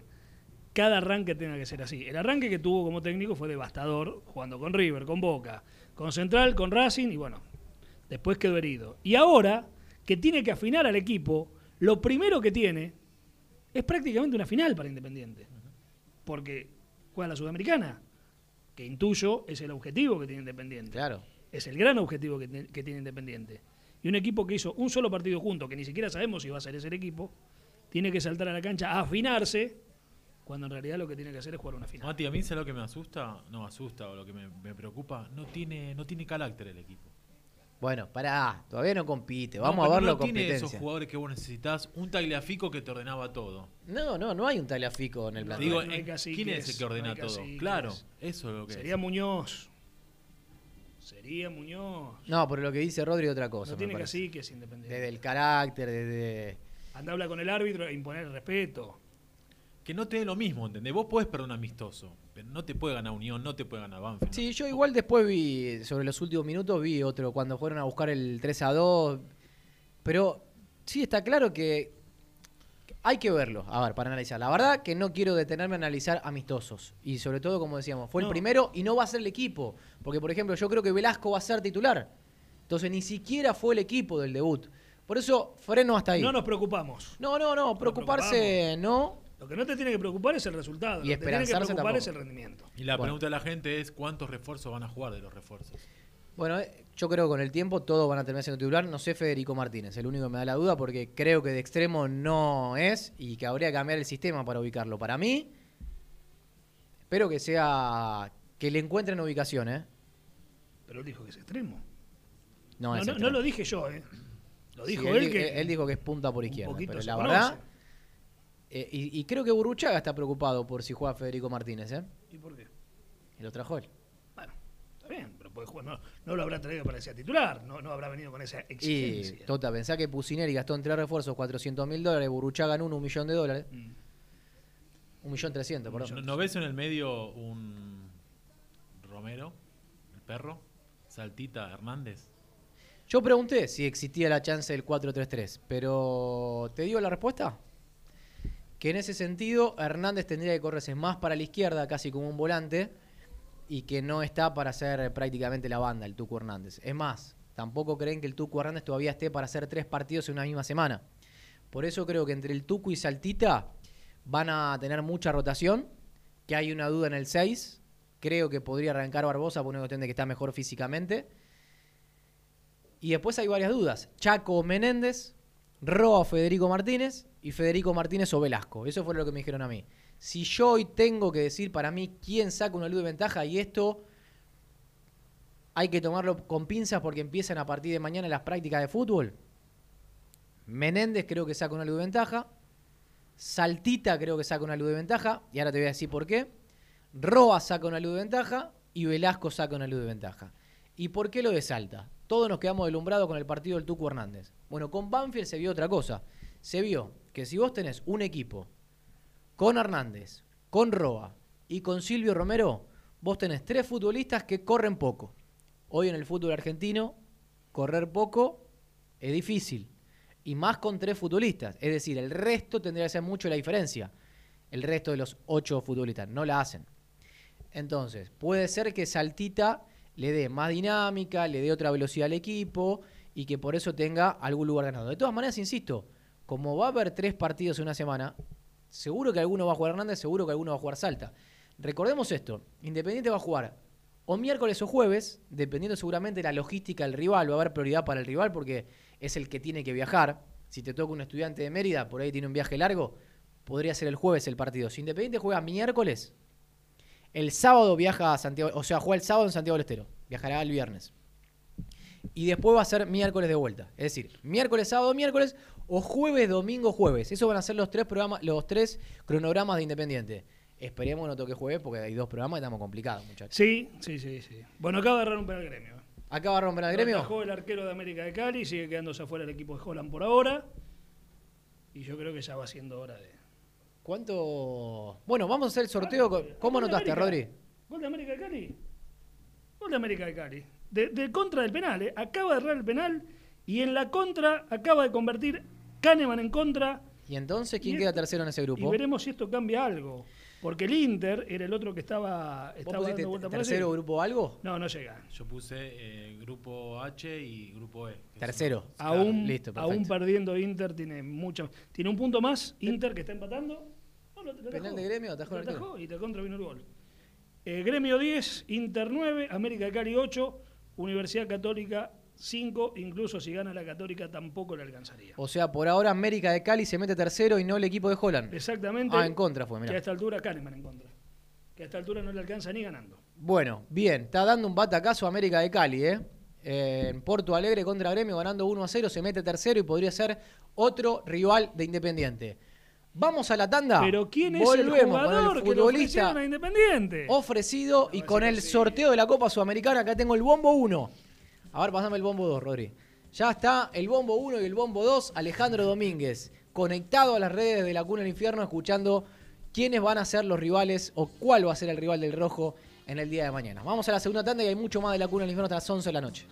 cada arranque tenga que ser así. El arranque que tuvo como técnico fue devastador, jugando con River, con Boca, con Central, con Racing y bueno, después quedó herido. Y ahora que tiene que afinar al equipo, lo primero que tiene es prácticamente una final para Independiente. Porque juega la Sudamericana, que intuyo es el objetivo que tiene Independiente. Claro. Es el gran objetivo que, te- que tiene Independiente. Y un equipo que hizo un solo partido junto, que ni siquiera sabemos si va a ser ese el equipo, tiene que saltar a la cancha a afinarse, cuando en realidad lo que tiene que hacer es jugar una final. Mati, a mí ¿sabes lo que me asusta, no asusta o lo que me, me preocupa, no tiene, no tiene carácter el equipo. Bueno, pará, todavía no compite. Vamos No, a pero verlo no con tiene esos competencia. jugadores que vos necesitas, un tagliafico que te ordenaba todo. No, no, no hay un talafico en el plantel. Digo, eh, ¿quién es el que ordena todo? Claro, eso es lo que Sería Muñoz. Sería Muñoz. No, pero lo que dice Rodri es otra cosa. No me tiene parece. cacique, es independiente. Desde el carácter, desde. Anda a hablar con el árbitro e imponer el respeto. Que no te dé lo mismo, ¿entendés? Vos podés perder un amistoso, pero no te puede ganar Unión, no te puede ganar Banfield. Sí, yo igual después vi, sobre los últimos minutos, vi otro, cuando fueron a buscar el 3 a 2. Pero sí, está claro que Hay que verlo, a ver, para analizar. La verdad que no quiero detenerme a analizar amistosos. Y sobre todo, como decíamos, fue el No. primero y no va a ser el equipo. Porque, por ejemplo, yo creo que Velasco va a ser titular. Entonces, ni siquiera fue el equipo del debut. Por eso, freno hasta ahí. No nos preocupamos. No, no, no, preocuparse no. Lo que no te tiene que preocupar es el resultado. Y lo que te tiene que esperanzarse preocupar tampoco. es el rendimiento. Y la Bueno. pregunta de la gente es cuántos refuerzos van a jugar de los refuerzos. Bueno, eh, yo creo que con el tiempo todos van a terminar siendo titular. No sé Federico Martínez, el único que me da la duda porque creo que de extremo no es y que habría que cambiar el sistema para ubicarlo. Para mí, espero que sea que le encuentren ubicación, ¿eh? Pero él dijo que es extremo. No, No, es no- extremo. no lo dije yo, ¿eh? Lo Sí, dijo él, di- eh, que. él dijo que es punta por izquierda, poquito pero se la conoce. verdad... eh, y, y creo que Burruchaga está preocupado por si juega Federico Martínez, ¿eh? ¿Y por qué? Y lo trajo él. Está bien, pero puede jugar. No, no lo habrá traído para que sea titular. No, no habrá venido con esa Y, exigencia. Tota, pensá que Pusineri gastó en tres refuerzos 400 mil dólares, Burruchaga en uno, un millón de dólares. Un millón trescientos, perdón. ¿No, no ves en el medio un Romero, el perro? Saltita Hernández. Yo pregunté si existía la chance del 4-3-3, pero ¿te digo la respuesta? Que en ese sentido Hernández tendría que correrse más para la izquierda, casi como un volante, y que no está para ser prácticamente la banda, el Tucu Hernández. Es más, tampoco creen que el Tucu Hernández todavía esté para hacer tres partidos en una misma semana. Por eso creo que entre el Tucu y Saltita van a tener mucha rotación, que hay una duda en el 6. Creo que podría arrancar Barbosa por una cuestión de que está mejor físicamente. Y después hay varias dudas. Chaco Menéndez, Roa Federico Martínez y Federico Martínez o Velasco. Eso fue lo que me dijeron a mí. Si yo hoy tengo que decir para mí quién saca una luz de ventaja y esto hay que tomarlo con pinzas porque empiezan a partir de mañana las prácticas de fútbol. Menéndez creo que saca una luz de ventaja. Saltita creo que saca una luz de ventaja. Y ahora te voy a decir por qué. Roa saca una luz de ventaja y Velasco saca una luz de ventaja. ¿Y por qué lo de Salta? Todos nos quedamos deslumbrados con el partido del Tucu Hernández. Bueno, con Banfield se vio otra cosa. Se vio que si vos tenés un equipo con Hernández, con Roa y con Silvio Romero, vos tenés tres futbolistas que corren poco. Hoy en el fútbol argentino, correr poco es difícil. Y más con tres futbolistas. Es decir, el resto tendría que ser mucho la diferencia. El resto de los ocho futbolistas no la hacen. Entonces, puede ser que Saltita le dé más dinámica, le dé otra velocidad al equipo y que por eso tenga algún lugar ganado. De todas maneras, insisto, como va a haber tres partidos en una semana, seguro que alguno va a jugar Hernández, seguro que alguno va a jugar Salta. Recordemos esto, Independiente va a jugar o miércoles o jueves, dependiendo seguramente de la logística del rival, va a haber prioridad para el rival porque es el que tiene que viajar. Si te toca un estudiante de Mérida, por ahí tiene un viaje largo, podría ser el jueves el partido. Si Independiente juega miércoles, el sábado viaja a Santiago, o sea, juega el sábado en Santiago del Estero, viajará el viernes. Y después va a ser miércoles de vuelta, es decir, miércoles, sábado, miércoles o jueves, domingo, jueves. Esos van a ser los tres programas, los tres cronogramas de Independiente. Esperemos que no toque jueves porque hay dos programas y estamos complicados, muchachos. Sí, sí, sí, sí. Bueno, acaba de errar un penal gremio. ¿eh? Acaba de romper el Lo gremio. atajó el arquero de América de Cali, sigue quedándose afuera el equipo de Holland por ahora. Y yo creo que ya va siendo hora de. ¿Cuánto? Bueno, vamos a hacer el sorteo. con- ¿Cómo Gol de notaste, América. Rodri? Gol de América de Cali. Gol de América de Cali. De, de contra del penal, ¿eh? Acaba de errar el penal y en la contra acaba de convertir Kahneman en contra. ¿Y entonces quién Y queda esto- tercero en ese Y grupo? veremos si esto cambia algo. Porque el Inter era el otro que estaba, ¿Vos estaba pusiste dando vuelta por tercero allí. grupo algo? No, no llega. Yo puse eh, grupo H y grupo E. que Tercero. son- Aún, Ah, Listo, perfecto. aún perdiendo Inter tiene mucha tiene un punto más Inter que está empatando No, lo- lo Penal atajó. de gremio, atajó Lo el arquero. atajó y de contra vino el gol Eh, gremio 10 Inter 9 América de Cali 8 Universidad Católica 5 incluso si gana la Católica tampoco le alcanzaría O sea, por ahora América de Cali se mete tercero y no el equipo de Holland. exactamente Ah, en contra fue, que a mirá. esta altura Kahneman en contra que a esta altura no le alcanza ni ganando Bueno, bien, está dando un batacazo a América de Cali, ¿eh? Eh, En Porto Alegre contra Gremio ganando 1 a 0, se mete tercero y podría ser otro rival de Independiente. Vamos a la tanda. pero quién es el Ah, Volvemos con jugador que le ofrecieron a Independiente ofrecido y con el sorteo de la Copa Sudamericana. Acá tengo el bombo 1. A ver, pasame el bombo 2, Rodri. Ya está el bombo 1 y el bombo 2, Alejandro Domínguez, conectado a las redes de la Cuna del Infierno, escuchando quiénes van a ser los rivales o cuál va a ser el rival del rojo en el día de mañana. Vamos a la segunda tanda y hay mucho más de la Cuna del Infierno hasta las 11 de la noche.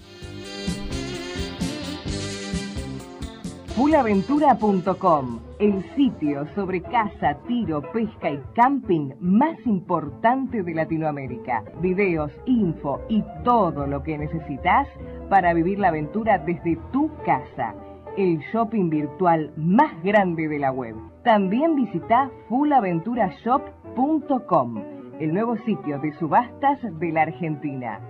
Pulaventura.com, el sitio sobre caza, tiro, pesca y camping más importante de Latinoamérica. Videos, info y todo lo que necesitas para vivir la aventura desde tu casa. El shopping virtual más grande de la web. También visita fullaventurashop.com, el nuevo sitio de subastas de la Argentina.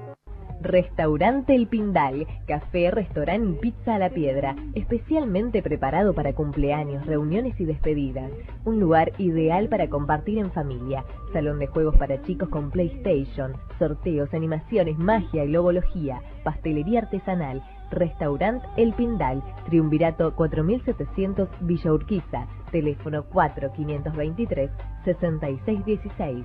Restaurante El Pindal, café, restaurante y pizza a la piedra, especialmente preparado para cumpleaños, reuniones y despedidas. Un lugar ideal para compartir en familia. Salón de juegos para chicos con PlayStation, sorteos, animaciones, magia y lobología, pastelería artesanal. Restaurante El Pindal, Triunvirato 4700 Villa Urquiza, teléfono 4523 6616.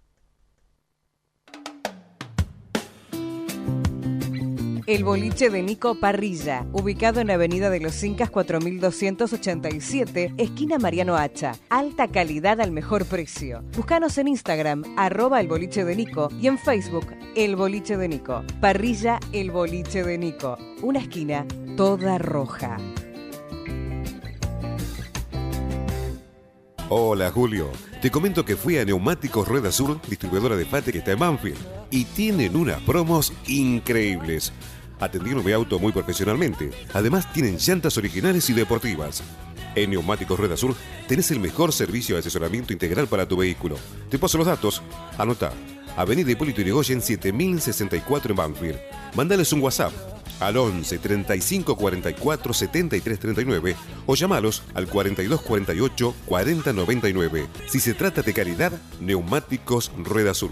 El boliche de Nico Parrilla, ubicado en Avenida de los Incas 4287, esquina Mariano Hacha. Alta calidad al mejor precio. Búscanos en Instagram, arroba el boliche de Nico, y en Facebook, el boliche de Nico. Parrilla, el boliche de Nico. Una esquina toda roja. Hola Julio, te comento que fui a Neumáticos Rueda Sur, distribuidora de Fate que está en Banfield, y tienen unas promos increíbles. Atendieron mi auto muy profesionalmente, además tienen llantas originales y deportivas. En Neumáticos Rueda Sur tenés el mejor servicio de asesoramiento integral para tu vehículo. Te paso los datos, anota, Avenida Hipólito Yrigoyen 7064 en Banfield. Mandales un WhatsApp al 11 35 44 73 39 o llamalos al 42 48 40 99. Si se trata de calidad, neumáticos Rueda Sur.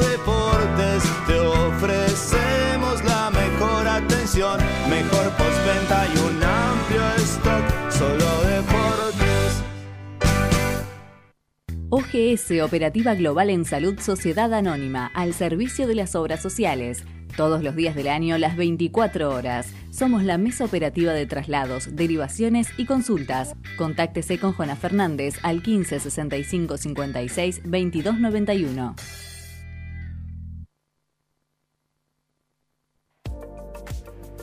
Deportes te ofrecemos la mejor atención, mejor postventa y un amplio stock. Solo Deportes. OGS Operativa Global en Salud Sociedad Anónima, al servicio de las obras sociales. Todos los días del año, las 24 horas. Somos la mesa operativa de traslados, derivaciones y consultas. Contáctese con Jona Fernández al 15 65 56 22 91.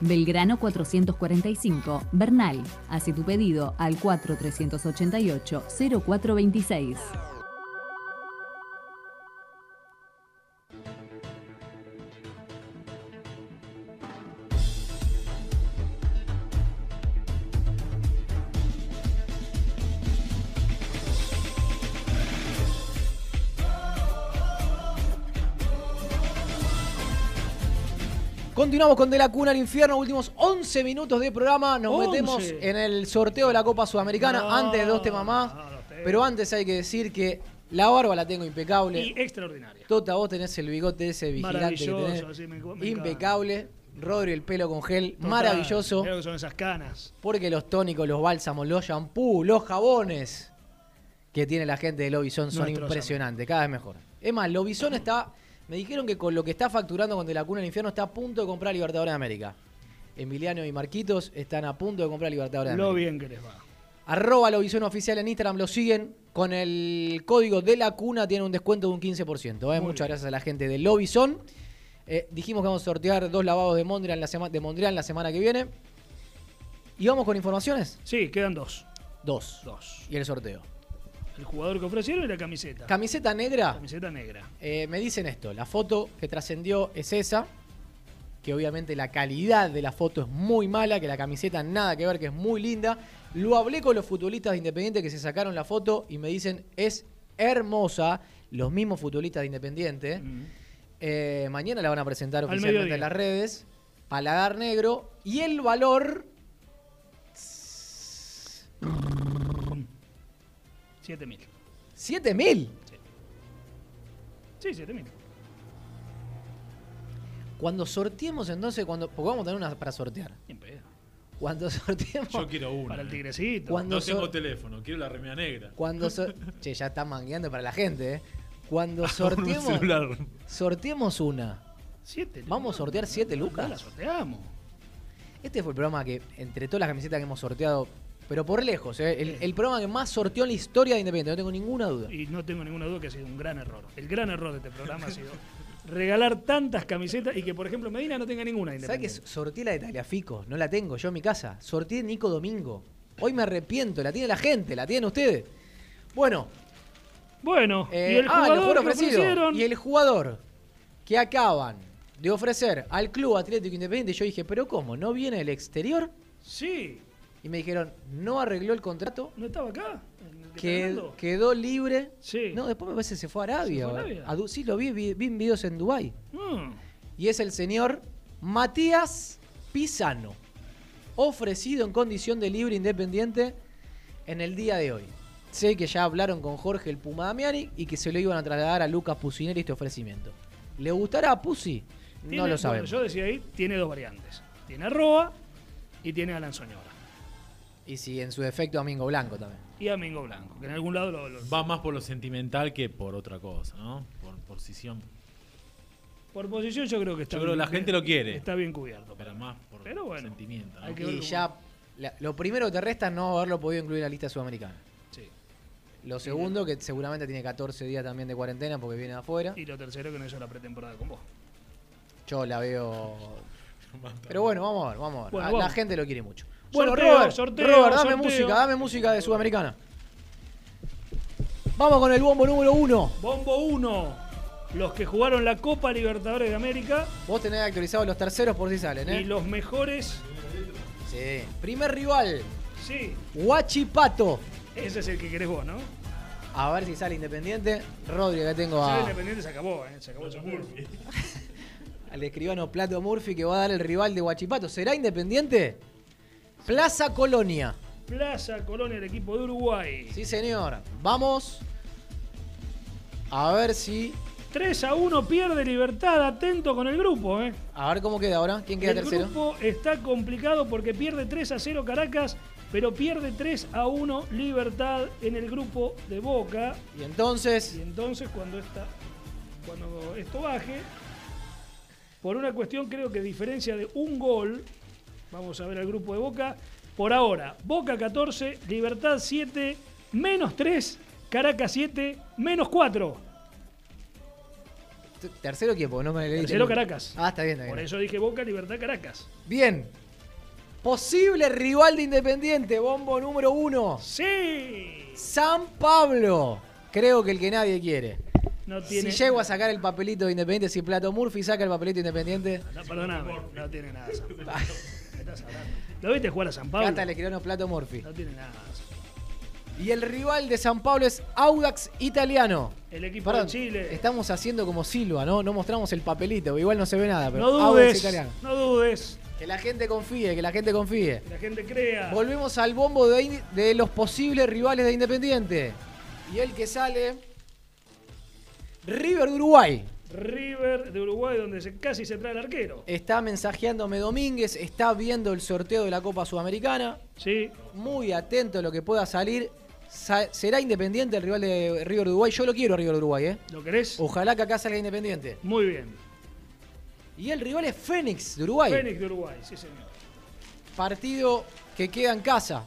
Belgrano 445, Bernal. Hace tu pedido al 4388-0426. Continuamos con De la Cuna al Infierno, últimos 11 minutos de programa. Nos Once. metemos en el sorteo de la Copa Sudamericana. No, antes de dos temas más. Pero antes hay que decir que la barba la tengo impecable. Y extraordinaria. Tota, vos tenés el bigote ese vigilante que Maravilloso, tenés. sí, me encu- me impecable. Rodri el pelo con gel. Total, maravilloso. mirá lo que son esas canas. Porque los tónicos, los bálsamos, los shampoos, los jabones que tiene la gente de Lobison son Nuestros impresionantes, cada vez mejor. Es más, Lobison está. Me dijeron que con lo que está facturando con De la Cuna del Infierno está a punto de comprar Libertadores de América. Emiliano y Marquitos están a punto de comprar Libertadores de Lo América. bien que les va. Arroba Lobison Oficial en Instagram, lo siguen. Con el código de la cuna tiene un descuento de un 15%. ¿eh? Muchas gracias a la gente de Lobison. Eh, dijimos que vamos a sortear dos lavados de Mondrian la, sema- de Mondrian la semana que viene. ¿Y vamos con informaciones? Sí, quedan dos. Dos. Dos. Y el sorteo. El jugador que ofrecieron y la camiseta. Camiseta negra. Camiseta negra. Eh, me dicen esto, la foto que trascendió es esa, que obviamente la calidad de la foto es muy mala, que la camiseta nada que ver, que es muy linda. Lo hablé con los futbolistas de Independiente que se sacaron la foto y me dicen es hermosa, los mismos futbolistas de Independiente. Eh, mañana la van a presentar Mm. Al oficialmente mediodía. en las redes, paladar negro y el valor 7000. 7000. Sí, 7000. Cuando sorteemos entonces, cuando, porque vamos a tener una para sortear. Ni en pedo. Cuando sorteemos... Yo quiero una. Para el eh. tigrecito. Cuando no tengo so- teléfono, quiero la remera negra. Cuando so- che, ya está mangueando para la gente, ¿eh? Cuando Un sorteemos, celular. sorteemos una. Siete ¿Vamos a sortear siete Ya la lucas? sorteamos. Este fue el programa que, entre todas las camisetas que hemos sorteado, pero por lejos, ¿eh? el, el programa que más sorteó en la historia de Independiente, no tengo ninguna duda. Y no tengo ninguna duda que ha sido un gran error. El gran error de este programa ha sido regalar tantas camisetas y que, por ejemplo, Medina no tenga ninguna. ¿Sabes que sorteé la de Taliafico? No la tengo yo en mi casa. Sorteé Nico Domingo. Hoy me arrepiento, la tiene la gente, la tienen ustedes. Bueno, Bueno, y Eh, el ah, jugador lo fueron que ofrecido. ofrecieron- Y el jugador que acaban de ofrecer al Club Atlético Independiente, yo dije, ¿pero cómo? ¿No viene del exterior? Sí. Y me dijeron, no arregló el contrato, ¿No estaba acá? que, Fernando? quedó libre. Sí. No, después me parece que se fue a Arabia. ¿Se fue a o- Arabia? a Du- sí, lo vi, vi, vi en videos en Dubái. Mm. Y es el señor Matías Pisano, ofrecido en condición de libre independiente en el día de hoy. Sé que ya hablaron con Jorge el Puma Damiani y que se lo iban a trasladar a Lucas Pusineri este ofrecimiento. ¿Le gustará a Pusi? No Tiene- lo bueno, sabemos. yo decía ahí, tiene dos variantes. Tiene a Roa y tiene a Lanzoñora. Y si en su defecto Domingo Blanco también. Y a Mingo Blanco, que en algún lado lo, lo- Va más por lo sentimental que por otra cosa, ¿no? Por posición. por posición yo creo que está Yo creo que la gente lo quiere. Está bien cubierto. Pero más por sentimiento. ¿no? hay que ver Y cómo- ya la- lo primero que te resta es no haberlo podido incluir en la lista sudamericana. Sí. Lo segundo, que seguramente tiene 14 días también de cuarentena porque viene de afuera. Y lo tercero que no hizo la pretemporada con vos. Yo la veo. Pero bueno, vamos a ver, vamos a ver. Bueno, A- La vamos. gente lo quiere mucho. Bueno, Sorteo, Robert, sorteo, Robert, dame sorteo. música, dame música de Sudamericana. Vamos con el bombo número uno. Bombo 1. Los que jugaron la Copa Libertadores de América Vos tenés actualizados los terceros por si salen, ¿eh? y los mejores. Sí. Primer rival, Sí, Huachipato. ese es el que querés vos, ¿no? A ver si sale Independiente. Rodri, acá tengo Ya a, Independiente se acabó, ¿eh? Se acabó el chamullo. al escribano Plato Murphy que va a dar el rival de Huachipato. ¿Será Independiente? Plaza Colonia. Plaza Colonia, el equipo de Uruguay. Sí, señor. Vamos a ver si... 3 a 1 pierde Libertad, atento con el grupo, ¿eh? A ver cómo queda ahora. ¿Quién queda el tercero? grupo está complicado porque pierde 3 a 0 Caracas, pero pierde 3 a 1 Libertad en el grupo de Boca. Y entonces... Y entonces cuando esta, cuando esto baje, por una cuestión creo que diferencia de un gol, vamos a ver al grupo de Boca, Por ahora, Boca 14, Libertad 7, menos 3, Caracas 7, menos 4. Tercero equipo, no me leí. Tercero Caracas. Ah, está bien, está bien. Por eso dije Boca, Libertad, Caracas. Bien. Posible rival de Independiente, bombo número uno. Sí. San Pablo. Creo que el que nadie quiere. No tiene- Si llego a sacar el papelito de Independiente, si Plato Murphy saca el papelito de Independiente. No, perdóname, no tiene nada. San Pablo. Me estás hablando. ¿Lo viste jugar a San Pablo? Cátale, Quirón, Plato Murphy. No tiene nada. Y el rival de San Pablo es Audax Italiano. El equipo Perdón, de Chile. estamos haciendo como Silva, ¿no? No mostramos el papelito, igual no se ve nada, pero No Audax dudes. Ah, Italiano. No dudes. Que la gente confíe, que la gente confíe. Que la gente crea. Volvemos al bombo de, in- de los posibles rivales de Independiente. Y el que sale. River de Uruguay. River de Uruguay, donde se- casi se trae el arquero. Está mensajeándome Domínguez, está viendo el sorteo de la Copa Sudamericana. Sí. Muy atento a lo que pueda salir. Sa- será independiente el rival de River de Uruguay. Yo lo quiero a River de Uruguay, ¿eh? ¿Lo querés? Ojalá que acá salga independiente. Muy bien. Y el rival es Fénix de Uruguay. Fénix de Uruguay, sí, señor. Partido que queda en casa.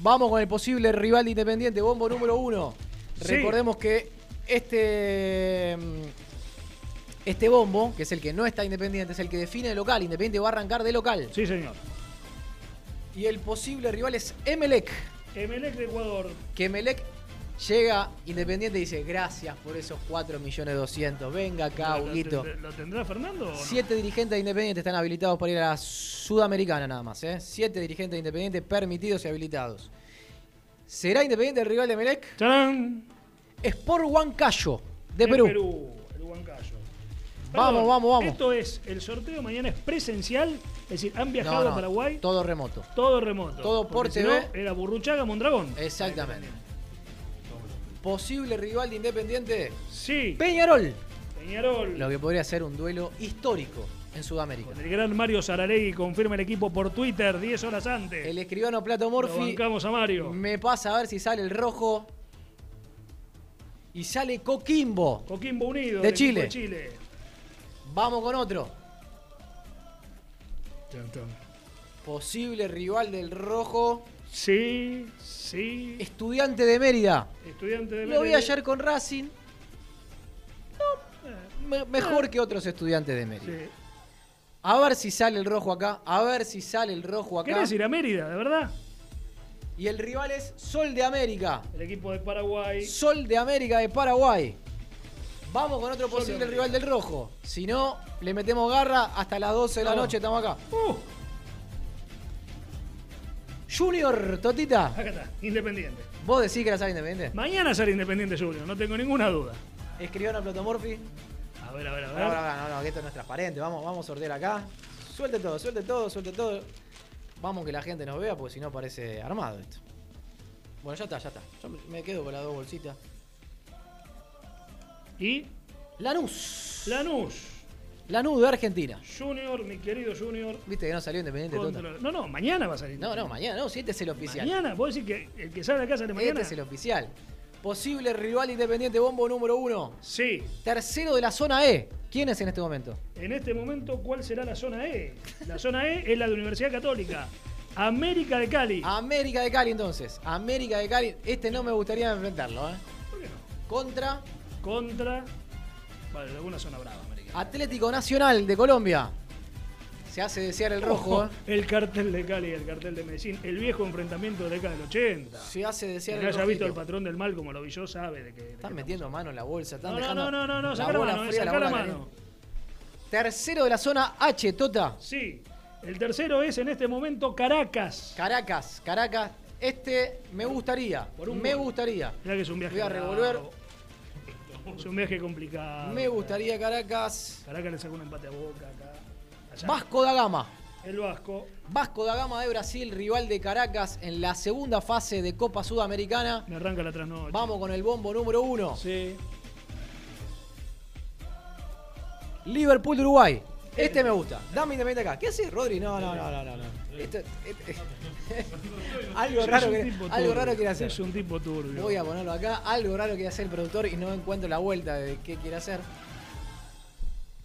Vamos con el posible rival de Independiente, bombo número uno. Sí. Recordemos que este, mm, este bombo, que es el que no está Independiente, es el que define el local. Independiente va a arrancar de local. Sí, señor. Y el posible rival es Emelec. Emelec de Ecuador. Que Emelec llega Independiente y dice, gracias por esos 4 millones 200. Venga acá, ¿Lo- Huguito. ¿Lo, tendrá- lo tendrá Fernando? o no? Siete dirigentes de Independiente están habilitados para ir a la Sudamericana nada más. ¿eh? Siete dirigentes de Independiente permitidos y habilitados. ¿Será Independiente el rival de Melec? Sport Huancayo, de Perú. el Huancayo. Vamos, Perdón, vamos, vamos. Esto es, el sorteo mañana es presencial, es decir, han No, viajado no, a Paraguay, Todo remoto. todo remoto. todo porque por si TV. no, era Burruchaga, Mondragón. Exactamente. Posible rival de Independiente, Sí, Peñarol. Peñarol. Lo que podría ser un duelo histórico en Sudamérica. El gran Mario Saralegui confirma el equipo por Twitter 10 horas antes. El escribano Plato Lo Morfi bancamos a Mario. me pasa a ver si sale el rojo. Y sale Coquimbo. Coquimbo Unido. De el equipo Chile. de Chile. Vamos con otro. Posible rival del rojo. Sí, sí. Estudiante de Mérida. Estudiante de Lo vi Mérida. ayer con Racing. No, me- mejor que otros estudiantes de Mérida. Sí. A ver si sale el rojo acá. A ver si sale el rojo acá. ¿Querés ir a Mérida, de verdad? Y el rival es Sol de América. El equipo de Paraguay. Sol de América de Paraguay. Vamos con otro Sol de posible América. rival del rojo. Si no, le metemos garra hasta las 12 de la No. noche. Estamos acá. Uh, Junior, Totita. acá está, Independiente. ¿Vos decís que la sale independiente? Mañana será Independiente Junior, no tengo ninguna duda. Escribieron a Platomorfi. A ver, a ver, a No, ver. no, no, no, que esto no es transparente. Vamos, vamos a sortear acá. Suelte todo, suelte todo, suelte todo. Vamos que la gente nos vea, porque si no parece armado esto. Bueno, ya está, ya está. Yo me- me quedo con las dos bolsitas. Y Lanús. Lanús, Lanús de Argentina. Junior, mi querido Junior. Viste que no salió independiente. contra- Tota. No, no, mañana va a salir. No, no, mañana, no, si este es el oficial. Mañana, vos decís que el que sale de acá sale mañana. Este es el oficial. Posible rival independiente, bombo número uno. Sí, Tercero de la zona E. ¿Quién es en este momento? en este momento, ¿cuál será la zona E? La zona E es la de Universidad Católica. América de Cali. América de Cali entonces. América de Cali. Este no me gustaría enfrentarlo, ¿eh? ¿Por qué no? Contra Contra. Vale, de alguna zona brava, América. Atlético Nacional de Colombia. Se hace desear el rojo, ¿eh? El cartel de Cali, el cartel de Medellín, el viejo enfrentamiento de la década del 80. Se hace desear El que el haya rojo. visto el patrón del mal como lo vi yo sabe de que. de que Están estamos. metiendo mano en la bolsa. Están No, no, dejando no, no, no, no, la saca la bola mano, eh, fría, la saca la bola caliente. mano. Tercero de la zona H, Tota. Sí. El tercero es en este momento Caracas. Caracas, Caracas. Este me gustaría. Por un me gol. gustaría. Mirá que es un viaje. Voy a bravo. revolver. Es un viaje complicado. Me gustaría Caracas. Caracas le sacó un empate a Boca acá. allá. Vasco da Gama. El Vasco. Vasco da Gama de Brasil, rival de Caracas en la segunda fase de Copa Sudamericana. Me arranca la trasnoche. Vamos con el bombo número uno. Sí. Liverpool de Uruguay. Este me gusta. Dame independiente acá. ¿Qué haces, Rodri? No, no, no, no, no. no. Esto- este- algo Es raro un que, tipo algo turbio, raro quiere hacer. Es un tipo turbio. Voy a ponerlo acá. Algo raro quiere hacer el productor y no encuentro la vuelta de qué quiere hacer.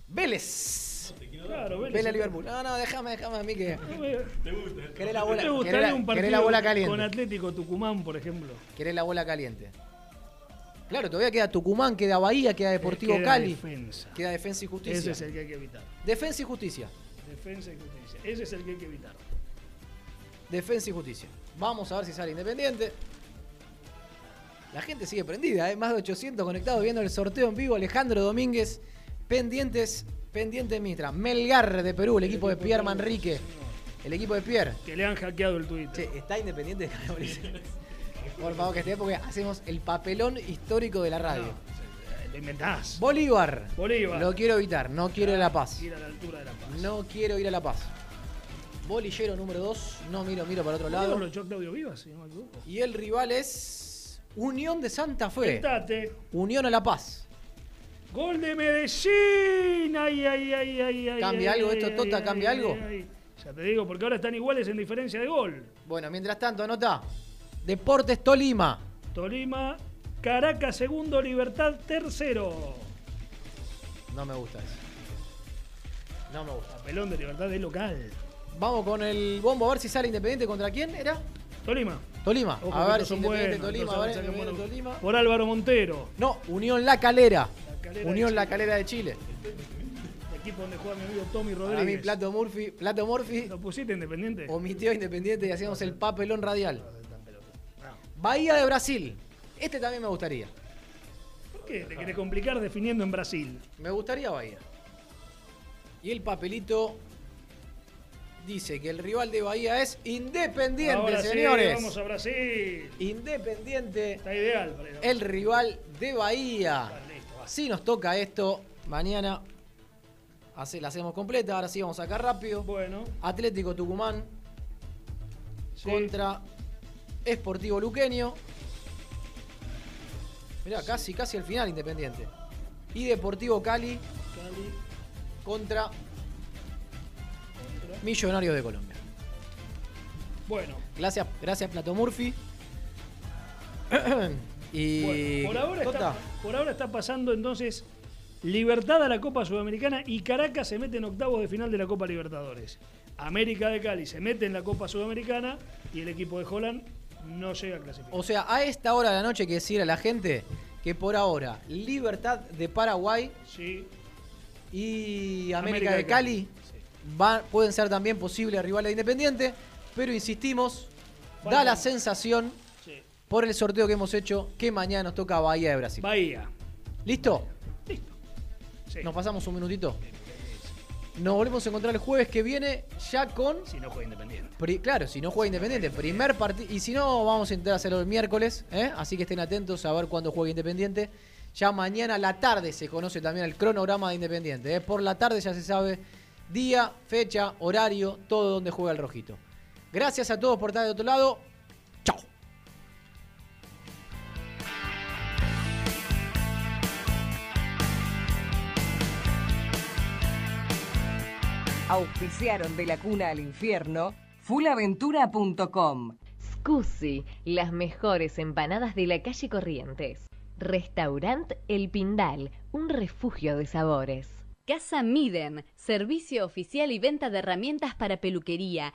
Vélez. Vélez. Claro, Vélez. Vélez Liverpool. No, no, déjame, déjame a mí que. ¿Te gusta? Querés la bola, ¿Te gustaría querés la- un querés partido la bola caliente. con Atlético Tucumán, por ejemplo? Querés la bola caliente. Claro, todavía queda Tucumán, queda Bahía, queda Deportivo Queda Cali. Defensa. Queda Defensa y Justicia. Ese es el que hay que evitar. Defensa y Justicia. Defensa y justicia. Ese es el que hay que evitar. Defensa y Justicia. Vamos a ver si sale Independiente. La gente sigue prendida, ¿eh? más de 800 conectados viendo el sorteo en vivo. Alejandro Domínguez, pendientes, pendiente Mitra. Melgar de Perú, el equipo de Pierre Manrique. El equipo de Pierre. Que le han hackeado el Twitter. está Independiente de Carabolis. Por favor, que esté, porque hacemos el papelón histórico de la radio. Lo inventás. Bolívar. Bolívar. Lo quiero evitar, no quiero ir a La Paz. Ir a la altura de la paz. No quiero ir a La Paz. Bolillero número 2, no miro, miro para otro Bolívar lado. Lo echó Claudio Vivas, si no me equivoco. Y el rival es Unión de Santa Fe. Estate. Unión a La Paz. Gol de Medellín. Ay, ay, ay, ay, ay. ¿Cambia ay, algo ay, esto, ay, Tota? ay, ¿Cambia ay, algo? ay. Ya te digo, porque ahora están iguales en diferencia de gol. Bueno, mientras tanto, anota. Deportes Tolima. Tolima, Caracas segundo, Libertad tercero. No me gusta eso. No me gusta. Pelón de Libertad de local. Vamos con el bombo a ver si sale Independiente contra quién era. Tolima. Tolima. Ojo, que a ver si estos son Independiente buenos, Tolima. estos A ver, sacan Independiente buenos. Tolima. Por Álvaro Montero, No, Unión La Calera. Calera de Unión La Chile. Calera de Chile. el equipo donde juega mi amigo Tommy Para mí, Rodríguez. Plato Murphy. Plato Murphy ¿Lo pusiste independiente? omitió a Independiente y hacíamos el papelón radial. Bahía de Brasil. Este también me gustaría. ¿Por qué te querés complicar definiendo en Brasil? Me gustaría Bahía. Y el papelito dice que el rival de Bahía es Independiente, Ahora sí, señores. vamos a Brasil. Independiente. Está ideal para ir a- El rival de Bahía. Si nos toca esto, mañana hace- la hacemos completa. Ahora sí vamos acá rápido. Bueno. Atlético Tucumán contra Esportivo Luqueño. Mirá, casi, casi al final Independiente. Y Deportivo Cali Cali contra contra- Millonarios de Colombia. Bueno, Gracias, gracias Plato Murphy. y por ahora, Tota, está, por ahora está pasando entonces Libertad a la Copa Sudamericana y Caracas se mete en octavos de final de la Copa Libertadores. América de Cali se mete en la Copa Sudamericana y el equipo de Holland no llega a clasificar. o sea, a esta hora de la noche hay que decir a la gente que por ahora Libertad de Paraguay Sí, y América, América de de Cali, van- pueden ser también posibles rivales de Independiente, pero insistimos, da Falta- la sensación sí. por el sorteo que hemos hecho que mañana nos toca Bahía de Brasil. Bahía. ¿Listo? Sí. Nos pasamos un minutito. Nos volvemos a encontrar el jueves que viene ya con... Si no juega Independiente. Pri- claro, si no juega Independiente, primer partido. Y si no, vamos a intentar hacerlo el miércoles. ¿eh? Así que estén atentos a ver cuándo juega Independiente. Ya mañana a la tarde se conoce también el cronograma de Independiente. ¿eh? Por la tarde ya se sabe día, fecha, horario, todo donde juega el Rojito. Gracias a todos por estar de otro lado. Chao. Auspiciaron de la cuna al infierno fulaventura.com. Scusi, las mejores empanadas de la calle Corrientes. Restaurant El Pindal, un refugio de sabores. Casa Miden, servicio oficial y venta de herramientas para peluquería,